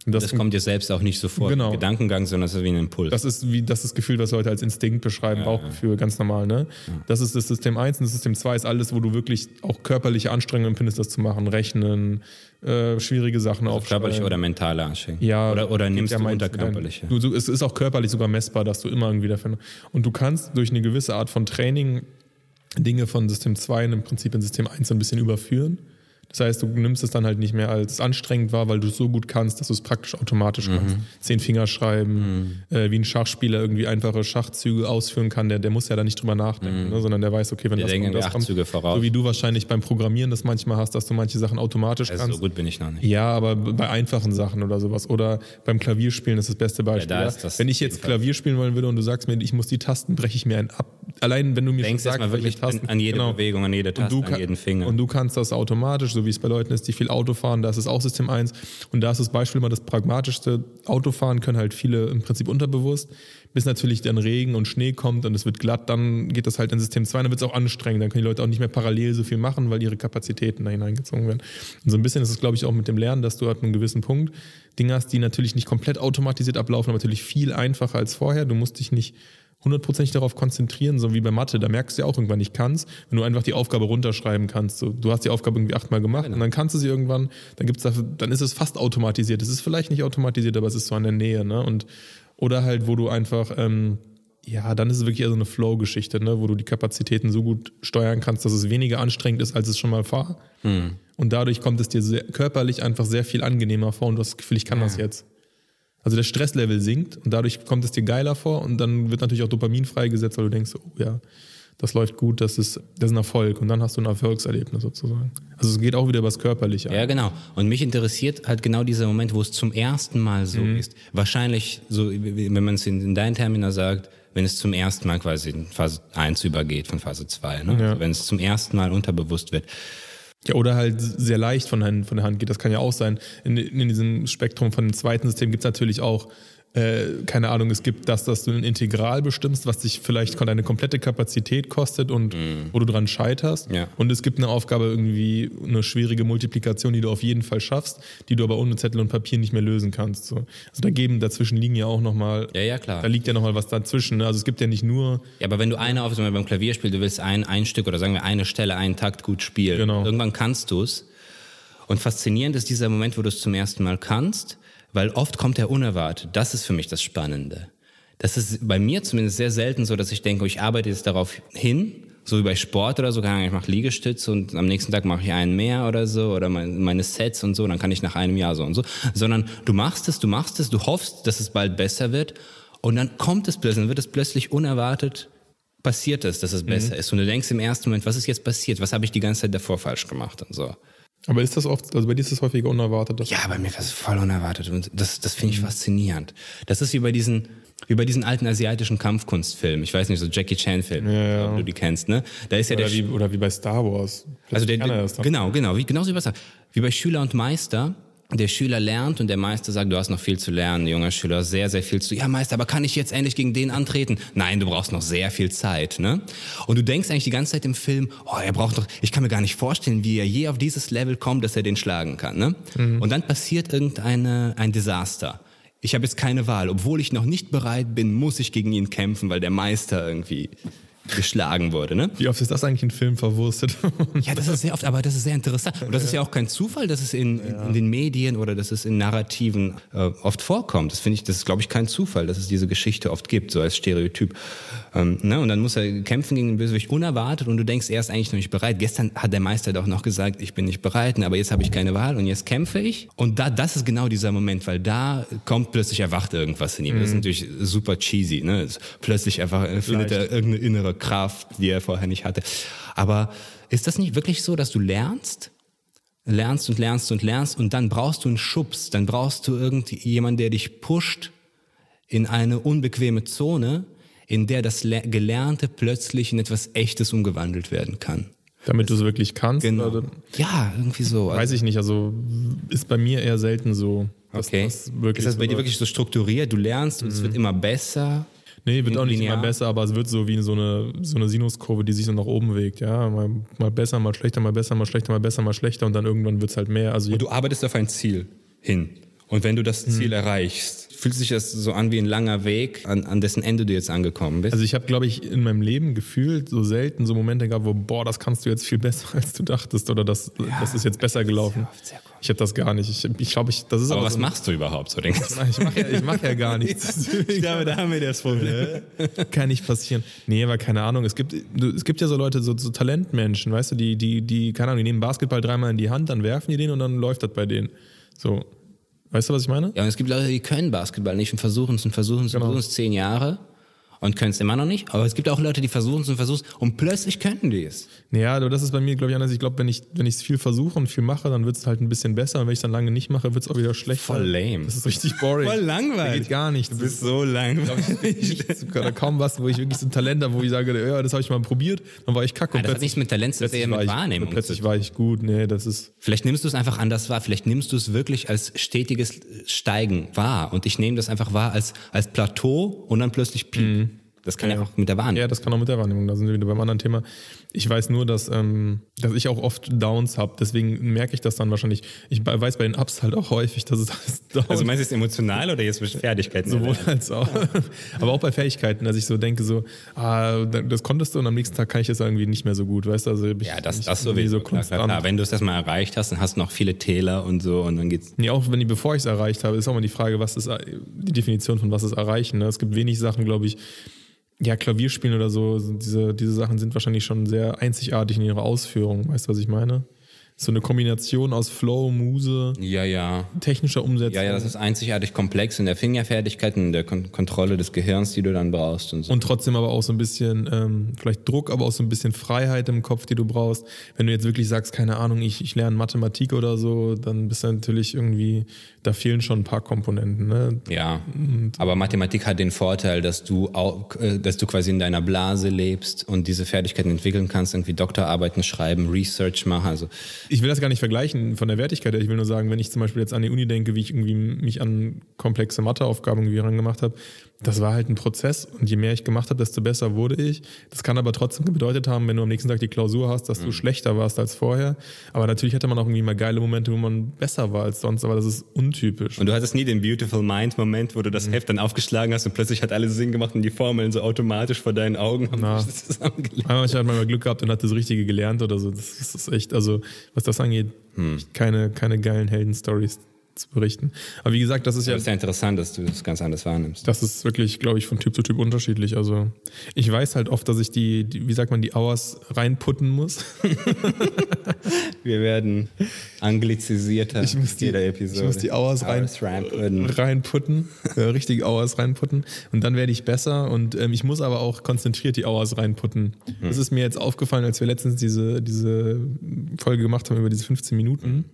S2: Und
S1: Das kommt dir selbst auch nicht sofort.
S2: Genau.
S1: im Gedankengang, sondern das ist wie ein Impuls.
S2: das ist wie das, ist das Gefühl, was Leute als Instinkt beschreiben, Bauchgefühl, ganz normal. Ne? Das ist das System 1 und das System 2 ist alles, wo du wirklich auch körperliche Anstrengungen empfindest, das zu machen, rechnen, äh, schwierige Sachen also aufschreiben.
S1: körperliche oder mentale Anstrengung.
S2: ja,
S1: oder, oder
S2: geht
S1: nimmst
S2: ja
S1: du
S2: meist
S1: unterkörperliche.
S2: wieder- Du, du, es ist auch körperlich sogar messbar, dass du immer irgendwie dafür. Und du kannst durch eine gewisse Art von Training Dinge von System 2 in- im Prinzip in System 1 so ein bisschen überführen. Das heißt, du nimmst es dann halt nicht mehr als anstrengend wahr, weil du es so gut kannst, dass du es praktisch automatisch
S1: Mhm.
S2: kannst. Zehn Finger schreiben, äh, wie ein Schachspieler irgendwie einfache Schachzüge ausführen kann, der, der muss ja da nicht drüber
S1: Mhm.
S2: nachdenken, ne, sondern der weiß, okay, wenn
S1: Wir
S2: das
S1: denken
S2: kommt,
S1: wir
S2: das
S1: acht
S2: kommt.
S1: Züge voraus.
S2: So wie du wahrscheinlich beim Programmieren das manchmal hast, dass du manche Sachen automatisch
S1: Also
S2: kannst.
S1: so gut bin ich noch nicht.
S2: Ja, aber b- bei einfachen Sachen oder sowas. Oder beim Klavierspielen ist das beste Beispiel.
S1: Ja, da
S2: ja?
S1: ist das
S2: wenn ich jetzt Klavier spielen wollen würde und du sagst mir, ich muss die Tasten, breche ich mir einen ab. Allein wenn du mir
S1: Denkst
S2: schon sagst,
S1: erstmal
S2: welche
S1: wirklich an,
S2: Tasten,
S1: an jede
S2: genau.
S1: Bewegung, an jede Taste,
S2: Du
S1: an
S2: kann-
S1: jeden Finger.
S2: Und du kannst das automatisch, so wie es bei Leuten ist, die viel Auto fahren, da ist es auch System 1. Und da ist das Beispiel immer das pragmatischste. Autofahren können halt viele im Prinzip unterbewusst, bis natürlich dann Regen und Schnee kommt und es wird glatt, dann geht das halt in System 2, dann wird es auch anstrengend, dann können die Leute auch nicht mehr parallel so viel machen, weil ihre Kapazitäten da hineingezogen werden. Und so ein bisschen ist es, glaube ich, auch mit dem Lernen, dass du halt einen gewissen Punkt Dinge hast, die natürlich nicht komplett automatisiert ablaufen, aber natürlich viel einfacher als vorher. Du musst dich nicht hundertprozentig darauf konzentrieren, so wie bei Mathe. Da merkst du ja auch irgendwann, ich kann's, wenn du einfach die Aufgabe runterschreiben kannst. So, du hast die Aufgabe irgendwie achtmal gemacht und dann kannst du sie irgendwann, dann gibt's dafür, dann ist es fast automatisiert. Es ist vielleicht nicht automatisiert, aber es ist so an der Nähe, ne? Und oder halt, wo du einfach, ähm, ja, dann ist es wirklich eher so eine Flow-Geschichte, ne? wo du die Kapazitäten so gut steuern kannst, dass es weniger anstrengend ist, als es schon mal war. Und dadurch kommt es dir sehr, körperlich einfach sehr viel angenehmer vor und du hast das Gefühl, ich kann das jetzt. Also das Stresslevel sinkt und dadurch kommt es dir geiler vor und dann wird natürlich auch Dopamin freigesetzt, weil du denkst, oh ja, das läuft gut, das ist, das ist ein Erfolg und dann hast du ein Erfolgserlebnis sozusagen. Also es geht auch wieder was Körperliche. an.
S1: Ja, genau. Und mich interessiert halt genau dieser Moment, wo es zum ersten Mal so
S2: Mhm.
S1: ist. Wahrscheinlich, so, wie- wenn man es in, in deinen Termina sagt, wenn es zum ersten Mal quasi in Phase 1 übergeht von Phase 2, ne?
S2: Ja.
S1: also wenn es zum ersten Mal unterbewusst wird.
S2: Ja, oder halt sehr leicht von, Hand, von der Hand geht. Das kann ja auch sein. In, in diesem Spektrum von dem zweiten System gibt's natürlich auch, äh, keine Ahnung, es gibt das, dass du ein Integral bestimmst, was dich vielleicht kon- deine komplette Kapazität kostet und wo du dran scheiterst.
S1: Mhm. Ja.
S2: Und es gibt eine Aufgabe, irgendwie eine schwierige Multiplikation, die du auf jeden Fall schaffst, die du aber ohne Zettel und Papier nicht mehr lösen kannst. So. Also da geben, dazwischen liegen ja auch nochmal,
S1: Ja, ja, klar.
S2: da liegt ja nochmal was dazwischen. Ne? Also es gibt ja nicht nur
S1: Ja, aber wenn du eine auf, zum Beispiel beim Klavierspiel, du willst ein, ein Stück oder sagen wir eine Stelle, einen Takt gut spielen.
S2: Genau.
S1: Irgendwann kannst du es. Und faszinierend ist dieser Moment, wo du es zum ersten Mal kannst, weil oft kommt er unerwartet. Das ist für mich das Spannende. Das ist bei mir zumindest sehr selten so, dass ich denke, oh, ich arbeite jetzt darauf hin, so wie bei Sport oder so, keine Ahnung, ich mache Liegestütze und am nächsten Tag mache ich einen mehr oder so oder mein, meine Sets und so, dann kann ich nach einem Jahr so und so, sondern du machst es, du machst es, du hoffst, dass es bald besser wird und dann kommt es plötzlich, dann wird es plötzlich unerwartet passiert es, dass es besser ist und du denkst im ersten Moment, was ist jetzt passiert, was habe ich die ganze Zeit davor falsch gemacht und so.
S2: aber ist das oft, also bei dir ist das häufiger unerwartet. dass-
S1: Ja, bei mir war es voll unerwartet und das, das finde ich
S2: Mhm.
S1: faszinierend. Das ist wie bei diesen, wie bei diesen alten asiatischen Kampfkunstfilmen. Ich weiß nicht, so Jackie Chan-Filmen,
S2: ja.
S1: ob du die kennst, ne? Da ist ja
S2: Oder
S1: der,
S2: wie, oder wie bei Star Wars.
S1: also der,
S2: Plötzlich kann er das dann.
S1: genau, genau, wie, genauso wie bei, Sa- wie bei Schüler und Meister. Der Schüler lernt und der Meister sagt, du hast noch viel zu lernen, junger Schüler, sehr, sehr viel zu. Ja, Meister, aber kann ich jetzt endlich gegen den antreten? Nein, du brauchst noch sehr viel Zeit, ne? Und du denkst eigentlich die ganze Zeit im Film, oh, er braucht noch, ich kann mir gar nicht vorstellen, wie er je auf dieses Level kommt, dass er den schlagen kann, ne?
S2: Mhm.
S1: Und dann passiert irgendeine, ein Desaster. Ich habe jetzt keine Wahl. Obwohl ich noch nicht bereit bin, muss ich gegen ihn kämpfen, weil der Meister irgendwie geschlagen wurde. Ne?
S2: Wie oft ist das eigentlich in Film verwurstet?
S1: ja, das ist sehr oft, aber das ist sehr interessant. Und das ist ja auch kein Zufall, dass es in, ja. in den Medien oder dass es in Narrativen äh, oft vorkommt. Das finde ich, das ist, glaube ich, kein Zufall, dass es diese Geschichte oft gibt, so als Stereotyp. Ähm, ne? Und dann muss er kämpfen gegen den Bösewicht unerwartet und du denkst, er ist eigentlich noch nicht bereit. Gestern hat der Meister doch noch gesagt, ich bin nicht bereit, ne, aber jetzt habe ich keine Wahl und jetzt kämpfe ich. Und da, das ist genau dieser Moment, weil da kommt plötzlich erwacht irgendwas in ihm. Mhm. Das ist natürlich super cheesy. Ne? Plötzlich erwacht, findet Leicht. er irgendeine innere Kraft, die er vorher nicht hatte. Aber ist das nicht wirklich so, dass du lernst? Lernst und lernst und lernst und dann brauchst du einen Schubs, dann brauchst du irgendjemanden, der dich pusht in eine unbequeme Zone, in der das Gelernte plötzlich in etwas Echtes umgewandelt werden kann.
S2: Damit du es wirklich kannst? Genau. Oder?
S1: Ja, irgendwie so.
S2: Weiß ich nicht, also ist bei mir eher selten so.
S1: okay. Das ist das bei dir wirklich so strukturiert? Du lernst und mhm. es wird immer besser?
S2: Nee, wird auch nicht linear. immer besser, aber es wird so wie so eine, so eine Sinuskurve, die sich so nach oben wägt. Ja, mal, mal besser, mal schlechter, mal besser, mal schlechter, mal besser, mal schlechter und dann irgendwann wird es halt mehr. Also
S1: und du arbeitest auf ein Ziel hin. Und wenn du das Ziel hm. erreichst, fühlt sich das so an wie ein langer Weg, an, an dessen Ende du jetzt angekommen bist?
S2: Also ich habe, glaube ich, in meinem Leben gefühlt so selten so Momente gehabt, wo, boah, das kannst du jetzt viel besser, als du dachtest oder das, ja, das ist jetzt besser gelaufen. Sehr oft, sehr ich habe das gar nicht. Ich, ich glaube, ich, das ist
S1: aber...
S2: aber
S1: was
S2: so
S1: machst du überhaupt so den ganzen
S2: Ich mache ja, mach ja, gar nichts.
S1: ja, ich glaube, da haben wir das Problem.
S2: Kann nicht passieren. Nee, aber keine Ahnung. Es gibt, es gibt ja so Leute, so, so Talentmenschen, weißt du, die, die, die, keine Ahnung, die nehmen Basketball dreimal in die Hand, dann werfen die den und dann läuft das bei denen. So, Weißt du, was ich meine?
S1: Ja, und es gibt Leute, die können Basketball nicht und versuchen es und versuchen es und genau. versuchen es zehn Jahre und können es immer noch nicht. Aber es gibt auch Leute, die versuchen es und versuchen es und plötzlich können die es.
S2: Ja, aber das ist bei mir, glaube ich, anders. Ich glaube, wenn ich wenn ich es viel versuche und viel mache, dann wird es halt ein bisschen besser. Und wenn ich es dann lange nicht mache, wird es auch wieder schlechter.
S1: Voll lame.
S2: Das ist richtig boring.
S1: Voll langweilig.
S2: Da geht gar nicht.
S1: Du bist so langweilig.
S2: Ich habe kaum was, wo ich wirklich so ein Talent habe, wo ich sage, ja, das habe ich mal probiert, dann war ich kacke.
S1: Ja, Ah, das hat nichts mit Talent, das ist eher mit Wahrnehmung.
S2: Ich, plötzlich war ich gut. Nee, das ist...
S1: Vielleicht nimmst du es einfach anders wahr. Vielleicht nimmst du es wirklich als stetiges Steigen wahr. Und ich nehme das einfach wahr als, als Plateau und dann plötzlich Piep. Mhm. Das kann ja. ja, auch mit der Wahrnehmung.
S2: Ja, das kann auch mit der Wahrnehmung. Da sind wir wieder beim anderen Thema. Ich weiß nur, dass, ähm, dass ich auch oft Downs habe. Deswegen merke ich das dann wahrscheinlich. Ich weiß bei den Ups halt auch häufig, dass es alles
S1: Downs Also meinst du es emotional oder jetzt mit Fertigkeiten?
S2: Sowohl als auch. Aber auch bei Fähigkeiten, dass ich so denke, so, ah, das konntest du und am nächsten Tag kann ich das irgendwie nicht mehr so gut. Weißt du, also ich,
S1: ja, das, das sowieso. So klar, klar, klar. Wenn du es erstmal erreicht hast, dann hast du noch viele Täler und so und dann geht's.
S2: Nee, auch wenn ich, bevor ich es erreicht habe, ist auch mal die Frage, was ist äh, die Definition von was ist erreichen. Ne? Es gibt wenig Sachen, glaube ich, ja, Klavierspielen oder so, diese, diese Sachen sind wahrscheinlich schon sehr einzigartig in ihrer Ausführung. Weißt du, was ich meine? So eine Kombination aus Flow, Muse,
S1: ja, ja.
S2: technischer Umsetzung.
S1: Ja, ja, das ist einzigartig komplex in der Fingerfertigkeit, in der Kon Kontrolle des Gehirns, die du dann brauchst. Und, so.
S2: und trotzdem aber auch so ein bisschen, ähm, vielleicht Druck, aber auch so ein bisschen Freiheit im Kopf, die du brauchst. Wenn du jetzt wirklich sagst, keine Ahnung, ich, ich lerne Mathematik oder so, dann bist du natürlich irgendwie, da fehlen schon ein paar Komponenten. Ne?
S1: Ja, und, aber Mathematik hat den Vorteil, dass du, auch, äh, dass du quasi in deiner Blase lebst und diese Fertigkeiten entwickeln kannst, irgendwie Doktorarbeiten schreiben, Research machen, also
S2: ich will das gar nicht vergleichen von der Wertigkeit her. Ich will nur sagen, wenn ich zum Beispiel jetzt an die Uni denke, wie ich irgendwie mich an komplexe Matheaufgaben irgendwie rangemacht habe, das war halt ein Prozess und je mehr ich gemacht habe, desto besser wurde ich. Das kann aber trotzdem bedeutet haben, wenn du am nächsten Tag die Klausur hast, dass du mhm. schlechter warst als vorher. Aber natürlich hatte man auch irgendwie mal geile Momente, wo man besser war als sonst, aber das ist untypisch.
S1: Und du hattest nie den Beautiful Mind Moment, wo du das mhm. Heft dann aufgeschlagen hast und plötzlich hat alles Sinn gemacht und die Formeln so automatisch vor deinen Augen haben
S2: Na. sich zusammengelegt. Einmal hat man mal Glück gehabt und hat das Richtige gelernt oder so. Das, das ist echt, also was das angeht, mhm. keine, keine geilen Heldenstories zu berichten. Aber wie gesagt, das ist ja.
S1: Das ist ja interessant, dass du das ganz anders wahrnimmst.
S2: Das ist wirklich, glaube ich, von Typ zu Typ unterschiedlich. Also ich weiß halt oft, dass ich die, die wie sagt man, die Hours reinputten muss.
S1: Wir werden anglizisierter
S2: ich muss die,
S1: jeder Episode.
S2: Ich muss die Hours, Hours rein, reinputten. reinputten. Ja, richtig Hours reinputten. Und dann werde ich besser. Und ähm, ich muss aber auch konzentriert die Hours reinputten. Mhm. Das ist mir jetzt aufgefallen, als wir letztens diese, diese Folge gemacht haben über diese 15 Minuten. Mhm.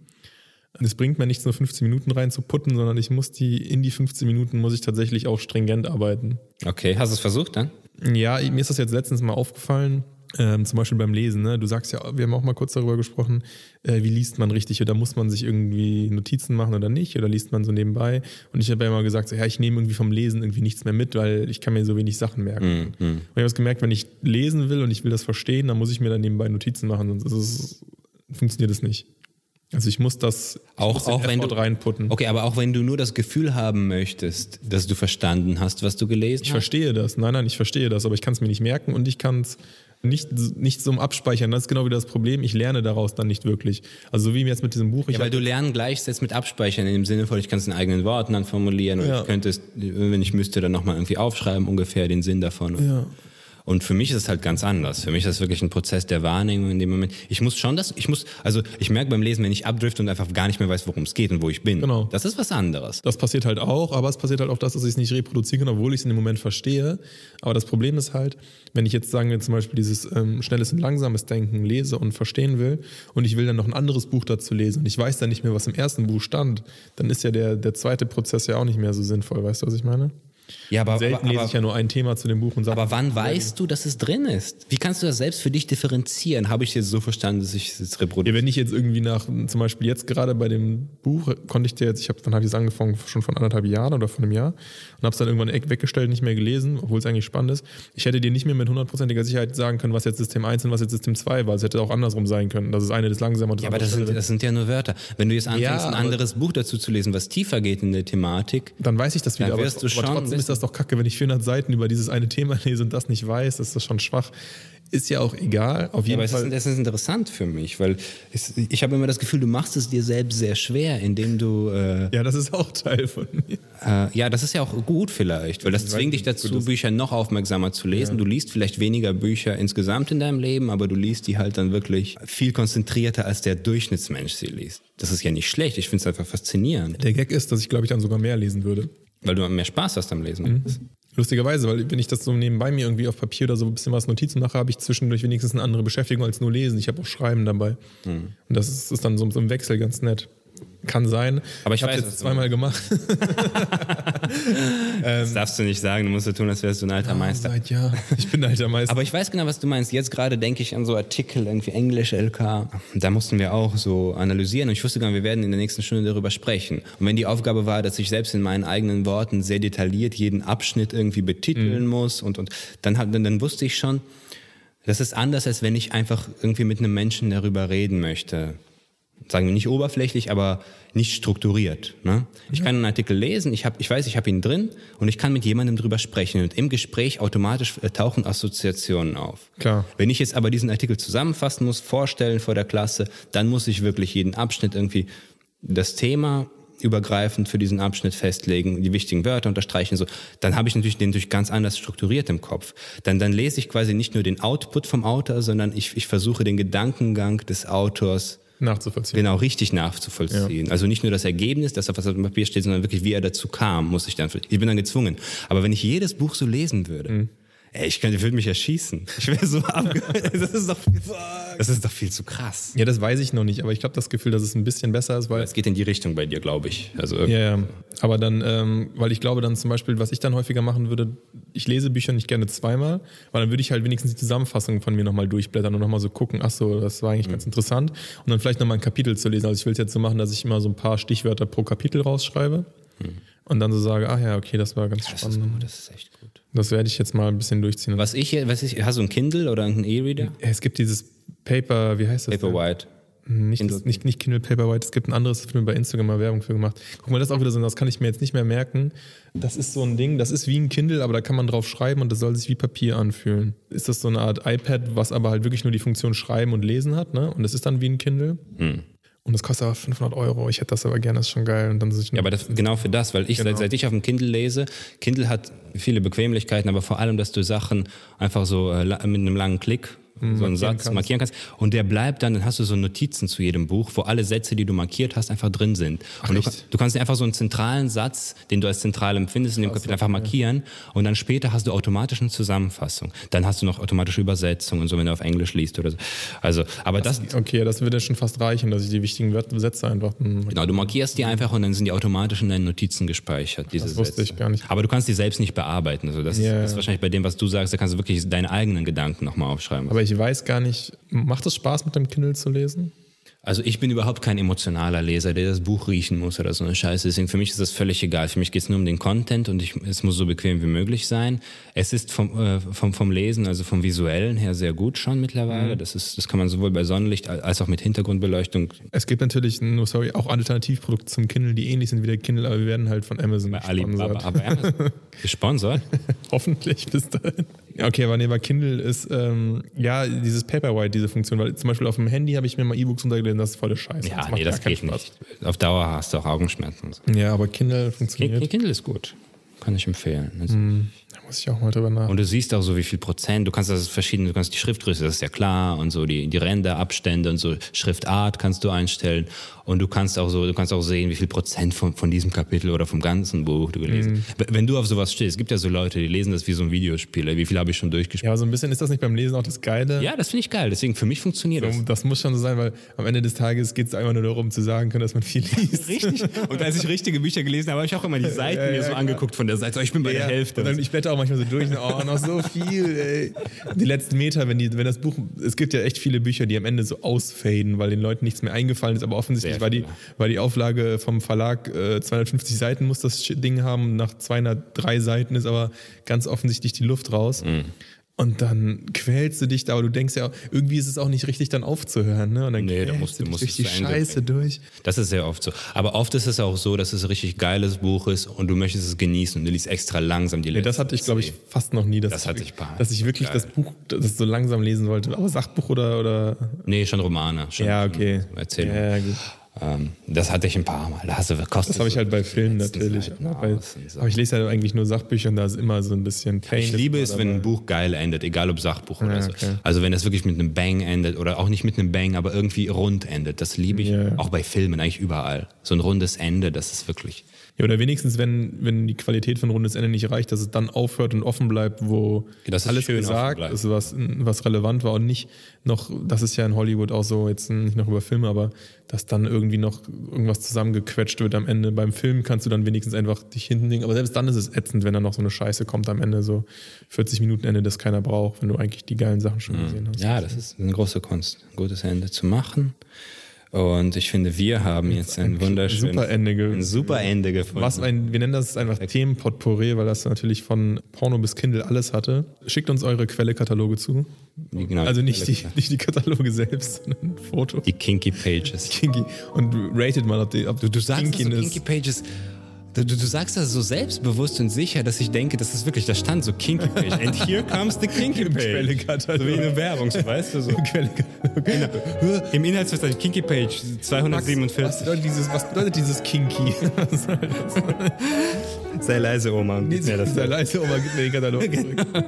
S2: Und es bringt mir nichts, nur 15 Minuten rein zu putten, sondern ich muss die, in die 15 Minuten muss ich tatsächlich auch stringent arbeiten.
S1: Okay, hast du es versucht dann?
S2: Ja, mir ist das jetzt letztens mal aufgefallen, ähm, zum Beispiel beim Lesen. Ne? Du sagst ja, wir haben auch mal kurz darüber gesprochen, äh, wie liest man richtig oder muss man sich irgendwie Notizen machen oder nicht oder liest man so nebenbei. Und ich habe ja immer gesagt, so, ja, ich nehme irgendwie vom Lesen irgendwie nichts mehr mit, weil ich kann mir so wenig Sachen
S1: Mhm.
S2: merken. Mm, mm. Und ich habe es gemerkt, wenn ich lesen will und ich will das verstehen, dann muss ich mir dann nebenbei Notizen machen, sonst ist, funktioniert es nicht. Also ich muss das ich
S1: Auch,
S2: muss den
S1: auch wenn
S2: Effort
S1: du
S2: reinputten.
S1: Okay, aber auch wenn du nur das Gefühl haben möchtest, dass du verstanden hast, was du gelesen
S2: Ich
S1: hast.
S2: verstehe das. Nein, nein, ich verstehe das, aber ich kann es mir nicht merken und ich kann es nicht, nicht so abspeichern. Das ist genau wieder das Problem. Ich lerne daraus dann nicht wirklich. Also so wie jetzt mit diesem Buch. Ich
S1: Ja, weil du Lernen gleichsetzt mit Abspeichern, in dem Sinne von, ich kann es in eigenen Worten dann formulieren und
S2: Ja.
S1: ich könnte es, wenn ich müsste, dann nochmal irgendwie aufschreiben, ungefähr den Sinn davon. Und,
S2: Ja.
S1: und für mich ist es halt ganz anders. Für mich ist das wirklich ein Prozess der Wahrnehmung in dem Moment. Ich muss schon das, ich muss, also ich merke beim Lesen, wenn ich abdrifte und einfach gar nicht mehr weiß, worum es geht und wo ich bin.
S2: Genau.
S1: Das ist was anderes.
S2: Das passiert halt auch, aber es passiert halt auch das, dass ich es nicht reproduzieren kann, obwohl ich es in dem Moment verstehe. Aber das Problem ist halt, wenn ich jetzt sagen wir zum Beispiel dieses ähm, schnelles und langsames Denken lese und verstehen will und ich will dann noch ein anderes Buch dazu lesen und ich weiß dann nicht mehr, was im ersten Buch stand, dann ist ja der, der zweite Prozess ja auch nicht mehr so sinnvoll. Weißt du, was ich meine?
S1: Ja, aber,
S2: Selten lese ich ja nur ein Thema zu dem Buch und sage,
S1: Aber wann
S2: genau.
S1: weißt du, dass es drin ist? Wie kannst du das selbst für dich differenzieren? Habe ich jetzt so verstanden, dass ich es jetzt
S2: Ja,
S1: reproduziere?
S2: wenn ich jetzt irgendwie nach, zum Beispiel jetzt gerade bei dem Buch, konnte ich dir jetzt, ich habe, wann habe ich es angefangen? Schon von anderthalb Jahren oder von einem Jahr und habe es dann irgendwann eck- weggestellt, nicht mehr gelesen, obwohl es eigentlich spannend ist. Ich hätte dir nicht mehr mit hundertprozentiger Sicherheit sagen können, was jetzt System 1 und was jetzt System 2 war. Es hätte auch andersrum sein können. Das ist eine das langsamer und das
S1: Ja, aber
S2: andere
S1: das sind,
S2: schnellere.
S1: das sind ja nur Wörter. Wenn du jetzt anfängst, ein
S2: aber-
S1: anderes Buch dazu zu lesen, was tiefer geht in der Thematik,
S2: Dann weiß ich das wieder,
S1: Dann
S2: aber,
S1: wirst du
S2: aber
S1: schon
S2: trotzdem ist
S1: wissen.
S2: das doch kacke, wenn ich 400 Seiten über dieses eine Thema lese und das nicht weiß, das ist das schon schwach. Ist ja auch egal, auf
S1: ja,
S2: jeden
S1: aber es
S2: Fall.
S1: ist, das ist interessant für mich, weil es, ich habe immer das Gefühl, du machst es dir selbst sehr schwer, indem du äh,
S2: ja, das ist auch Teil von mir.
S1: Äh, ja, das ist ja auch gut vielleicht, weil das zwingt dich dazu, Bücher noch aufmerksamer zu lesen. Du liest vielleicht weniger Bücher insgesamt in deinem Leben, aber du liest die halt dann wirklich viel konzentrierter, als der Durchschnittsmensch sie liest. Das ist ja nicht schlecht, ich finde es einfach faszinierend,
S2: Der Gag ist, dass ich glaube ich dann sogar mehr lesen würde.
S1: weil du mehr Spaß hast am Lesen.
S2: Lustigerweise, weil wenn ich das so nebenbei mir irgendwie auf Papier oder so ein bisschen was Notizen mache, habe ich zwischendurch wenigstens eine andere Beschäftigung als nur Lesen. Ich habe auch Schreiben dabei.
S1: Mhm.
S2: Und das ist, ist dann so, so im Wechsel ganz nett. Kann sein.
S1: Aber ich
S2: habe
S1: weiß,
S2: jetzt
S1: was du
S2: zweimal gemacht.
S1: Das darfst du nicht sagen, du musst so tun, als wärst du ein alter Meister.
S2: Seit Jahr. Ich bin halt alter Meister.
S1: Aber ich weiß genau, was du meinst. Jetzt gerade denke ich an so Artikel, irgendwie Englisch, LK. Da mussten wir auch so analysieren und ich wusste gar nicht, wir werden in der nächsten Stunde darüber sprechen. Und wenn die Aufgabe war, dass ich selbst in meinen eigenen Worten sehr detailliert jeden Abschnitt irgendwie betiteln muss und, und dann, hab- dann, dann wusste ich schon, das ist anders, als wenn ich einfach irgendwie mit einem Menschen darüber reden möchte. Sagen wir nicht oberflächlich, aber nicht strukturiert. Ne? Ich kann einen Artikel lesen, ich, hab, ich weiß, ich habe ihn drin und ich kann mit jemandem drüber sprechen. Und im Gespräch automatisch äh, tauchen Assoziationen auf.
S2: Klar.
S1: Wenn ich jetzt aber diesen Artikel zusammenfassen muss, vorstellen vor der Klasse, dann muss ich wirklich jeden Abschnitt irgendwie das Thema übergreifend für diesen Abschnitt festlegen, die wichtigen Wörter unterstreichen, so. Dann habe ich natürlich den natürlich ganz anders strukturiert im Kopf. Dann, dann lese ich quasi nicht nur den Output vom Autor, sondern ich, ich versuche den Gedankengang des Autors
S2: nachzuvollziehen.
S1: genau richtig nachzuvollziehen. Also nicht nur das Ergebnis, das auf was auf dem Papier steht, sondern wirklich, wie er dazu kam, muss ich dann, ich bin dann gezwungen. Aber wenn ich jedes Buch so lesen würde, ey, ich könnte, ich würde mich erschießen. Ich wäre so abge das ist doch, das ist doch viel zu krass.
S2: Ja, das weiß ich noch nicht, aber ich habe das Gefühl, dass es ein bisschen besser ist, weil
S1: Es geht in die Richtung bei dir, glaube ich. Also,
S2: Ja, ja. Aber dann, ähm, weil ich glaube dann zum Beispiel, was ich dann häufiger machen würde, ich lese Bücher nicht gerne zweimal, weil dann würde ich halt wenigstens die Zusammenfassung von mir nochmal durchblättern und nochmal so gucken, ach so, das war eigentlich
S1: Mhm.
S2: ganz interessant. Und dann vielleicht nochmal ein Kapitel zu lesen. Also ich will es jetzt so machen, dass ich immer so ein paar Stichwörter pro Kapitel rausschreibe und dann so sage, ach ja, okay, das war ganz
S1: Mhm. das ist
S2: spannend.
S1: gut, Um, das ist echt gut.
S2: Das werde ich jetzt mal ein bisschen durchziehen.
S1: Was ich, hier- was ich, hast du ein Kindle oder einen E-Reader?
S2: Es gibt dieses Paper, wie heißt das? denn?
S1: Paperwhite.
S2: Nicht, das, nicht, nicht Kindle Paperwhite, es gibt ein anderes, das wird mir bei Instagram mal Werbung für gemacht. Guck mal, das ist auch wieder so, das kann ich mir jetzt nicht mehr merken. Das ist so ein Ding, das ist wie ein Kindle, aber da kann man drauf schreiben und das soll sich wie Papier anfühlen. Ist das so eine Art iPad, was aber halt wirklich nur die Funktion Schreiben und Lesen hat, ne? Und das ist dann wie ein Kindle.
S1: Hm.
S2: Und das kostet aber 500 Euro. Ich hätte das aber gerne, das ist schon geil. Und dann so
S1: Ja, aber das, genau für das, weil ich seit, seit ich auf dem Kindle lese, Kindle hat viele Bequemlichkeiten, aber vor allem, dass du Sachen einfach so äh, la- mit einem langen Klick so einen Satz
S2: kannst.
S1: Mhm. markieren kannst und der bleibt dann, dann hast du so Notizen zu jedem Buch, wo alle Sätze, die du markiert hast, einfach drin sind. und du,
S2: echt?
S1: kann- du kannst dir einfach so einen zentralen Satz, den du als zentral empfindest, in dem Kapitel einfach markieren und dann später hast du automatisch eine Zusammenfassung. Dann hast du noch automatische Übersetzung und so, wenn du auf Englisch liest oder so. Also, aber das,
S2: okay, das würde schon fast reichen, dass ich die wichtigen Wörter, Sätze einfach. hm,
S1: Genau, du markierst die einfach und dann sind die automatisch in deinen Notizen gespeichert, diese
S2: wusste
S1: Sätze.
S2: ich gar nicht.
S1: Aber du kannst die selbst nicht bearbeiten. Also das
S2: Ja,
S1: ist
S2: ja.
S1: wahrscheinlich bei dem, was du sagst, da kannst du wirklich deine eigenen Gedanken nochmal aufschreiben.
S2: Aber ich weiß gar nicht, macht es Spaß, mit dem Kindle zu lesen?
S1: Also ich bin überhaupt kein emotionaler Leser, der das Buch riechen muss oder so eine Scheiße. Deswegen für mich ist das völlig egal. Für mich geht es nur um den Content und ich, es muss so bequem wie möglich sein. Es ist vom, äh, vom, vom Lesen, also vom Visuellen her sehr gut schon mittlerweile.
S2: Mhm.
S1: Das, ist, das kann man sowohl bei Sonnenlicht als auch mit Hintergrundbeleuchtung.
S2: Es gibt natürlich, no, sorry, auch Alternativprodukte zum Kindle, die ähnlich sind wie der Kindle, aber wir werden halt von Amazon
S1: bei Alibaba, aber Amazon gesponsert.
S2: Hoffentlich bis dahin. Okay, aber nee, bei Kindle ist ähm, ja dieses Paperwhite, diese Funktion, weil zum Beispiel auf dem Handy habe ich mir mal E-Books runtergeladen, das ist voll Scheiße.
S1: Ja, das nee, das geht Spaß. nicht. Auf Dauer hast du auch Augenschmerzen.
S2: Ja, aber Kindle funktioniert.
S1: Kind, Kindle ist gut. Kann ich empfehlen. Also,
S2: mm, da muss ich auch mal drüber nach.
S1: Und du siehst auch so, wie viel Prozent, du kannst das verschiedene, du kannst die Schriftgröße, das ist ja klar, und so die, die Ränderabstände und so Schriftart kannst du einstellen. Und du kannst auch so, du kannst auch sehen, wie viel Prozent von, von diesem Kapitel oder vom ganzen Buch du gelesen hast. Mm. Wenn du auf sowas stehst, es gibt ja so Leute, die lesen das wie so ein Videospiel, ey, wie viel habe ich schon durchgespielt.
S2: Ja, aber so ein bisschen ist das nicht beim Lesen auch das Geile.
S1: Ja, das finde ich geil, deswegen für mich funktioniert
S2: so,
S1: das.
S2: Das muss schon so sein, weil am Ende des Tages geht es einfach nur darum zu sagen können, dass man viel liest.
S1: Richtig. Und als ich richtige Bücher gelesen habe, habe ich auch immer die Seiten ja, mir so ja, angeguckt von der Seite. Oh, Ich bin bei ja, der Hälfte.
S2: Und dann, ich blätter auch manchmal so durch. oh, noch so viel. Ey. Die letzten Meter, wenn, die, wenn das Buch, es gibt ja echt viele Bücher, die am Ende so ausfaden, weil den Leuten nichts mehr eingefallen ist. Aber offensichtlich Sehr war die, war die Auflage vom Verlag äh, 250 Seiten muss das Ding haben. Nach 203 Seiten ist aber ganz offensichtlich die Luft raus. Mhm. Und dann quälst du dich da, aber du denkst ja, irgendwie ist es auch nicht richtig, dann aufzuhören. Ne? Und dann
S1: nee,
S2: da
S1: musst du, musst
S2: durch die Scheiße durch.
S1: Das ist sehr oft so. Aber oft ist es auch so, dass es ein richtig geiles Buch ist und du möchtest es genießen und du liest extra langsam die
S2: nee, Das hatte ich, glaube ich, fast noch nie. Dass
S1: das
S2: ich,
S1: hatte ich paar.
S2: Dass ich wirklich geil. das Buch das so langsam lesen wollte. Aber Sachbuch oder, oder?
S1: Nee, schon Romane. Schon
S2: ja, okay.
S1: Erzählung.
S2: Ja, gut.
S1: Um, das hatte ich ein paar Mal. Da hast du, kostet
S2: das habe ich halt bei Filmen natürlich. Bei, aber ich lese halt eigentlich nur Sachbücher und da ist immer so ein bisschen
S1: Pain. Ich liebe es, wenn ein Buch geil endet, egal ob Sachbuch ja, oder so. Okay. Also wenn das wirklich mit einem Bang endet oder auch nicht mit einem Bang, aber irgendwie rund endet. Das liebe ich yeah. auch bei Filmen, eigentlich überall. So ein rundes Ende, das ist wirklich.
S2: Ja, oder wenigstens, wenn, wenn die Qualität von rundes Ende nicht reicht, dass es dann aufhört und offen bleibt, wo alles gesagt ist, was, was relevant war und nicht noch, das ist ja in Hollywood auch so, jetzt nicht noch über Filme, aber dass dann irgendwie noch irgendwas zusammengequetscht wird am Ende. Beim Film kannst du dann wenigstens einfach dich hinten aber selbst dann ist es ätzend, wenn dann noch so eine Scheiße kommt am Ende, so 40 Minuten Ende, das keiner braucht, wenn du eigentlich die geilen Sachen schon gesehen hast.
S1: Ja, das ist eine große Kunst, ein gutes Ende zu machen. Und ich finde, wir haben jetzt ein, ein wunderschönes
S2: Superende ge
S1: ein super Ende gefunden.
S2: Was ein, wir nennen das einfach Themenpotpourri, weil das natürlich von Porno bis Kindle alles hatte. Schickt uns eure Quellekataloge zu. Genau, also nicht die, nicht die Kataloge selbst, sondern Fotos.
S1: Die Kinky Pages.
S2: Kinky. Und rated mal, ob, die, ob
S1: du, du sagst Kinkiness. Also Kinky Pages. Du, du, sagst das so selbstbewusst und sicher, dass ich denke, das ist wirklich, da stand so Kinky Page. And here comes the Kinky Page.
S2: so
S1: wie eine Werbung, so, weißt du so.
S2: Im,
S1: okay. Im Inhaltsverzeichnis Kinky Page 247.
S2: Was, was, bedeutet dieses, was bedeutet dieses Kinky?
S1: sei leise, Oma.
S2: Nee, sei sein. leise, Oma, gib mir den Katalog
S1: zurück.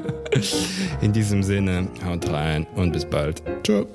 S1: In diesem Sinne, haut rein und bis bald.
S2: Tschüss.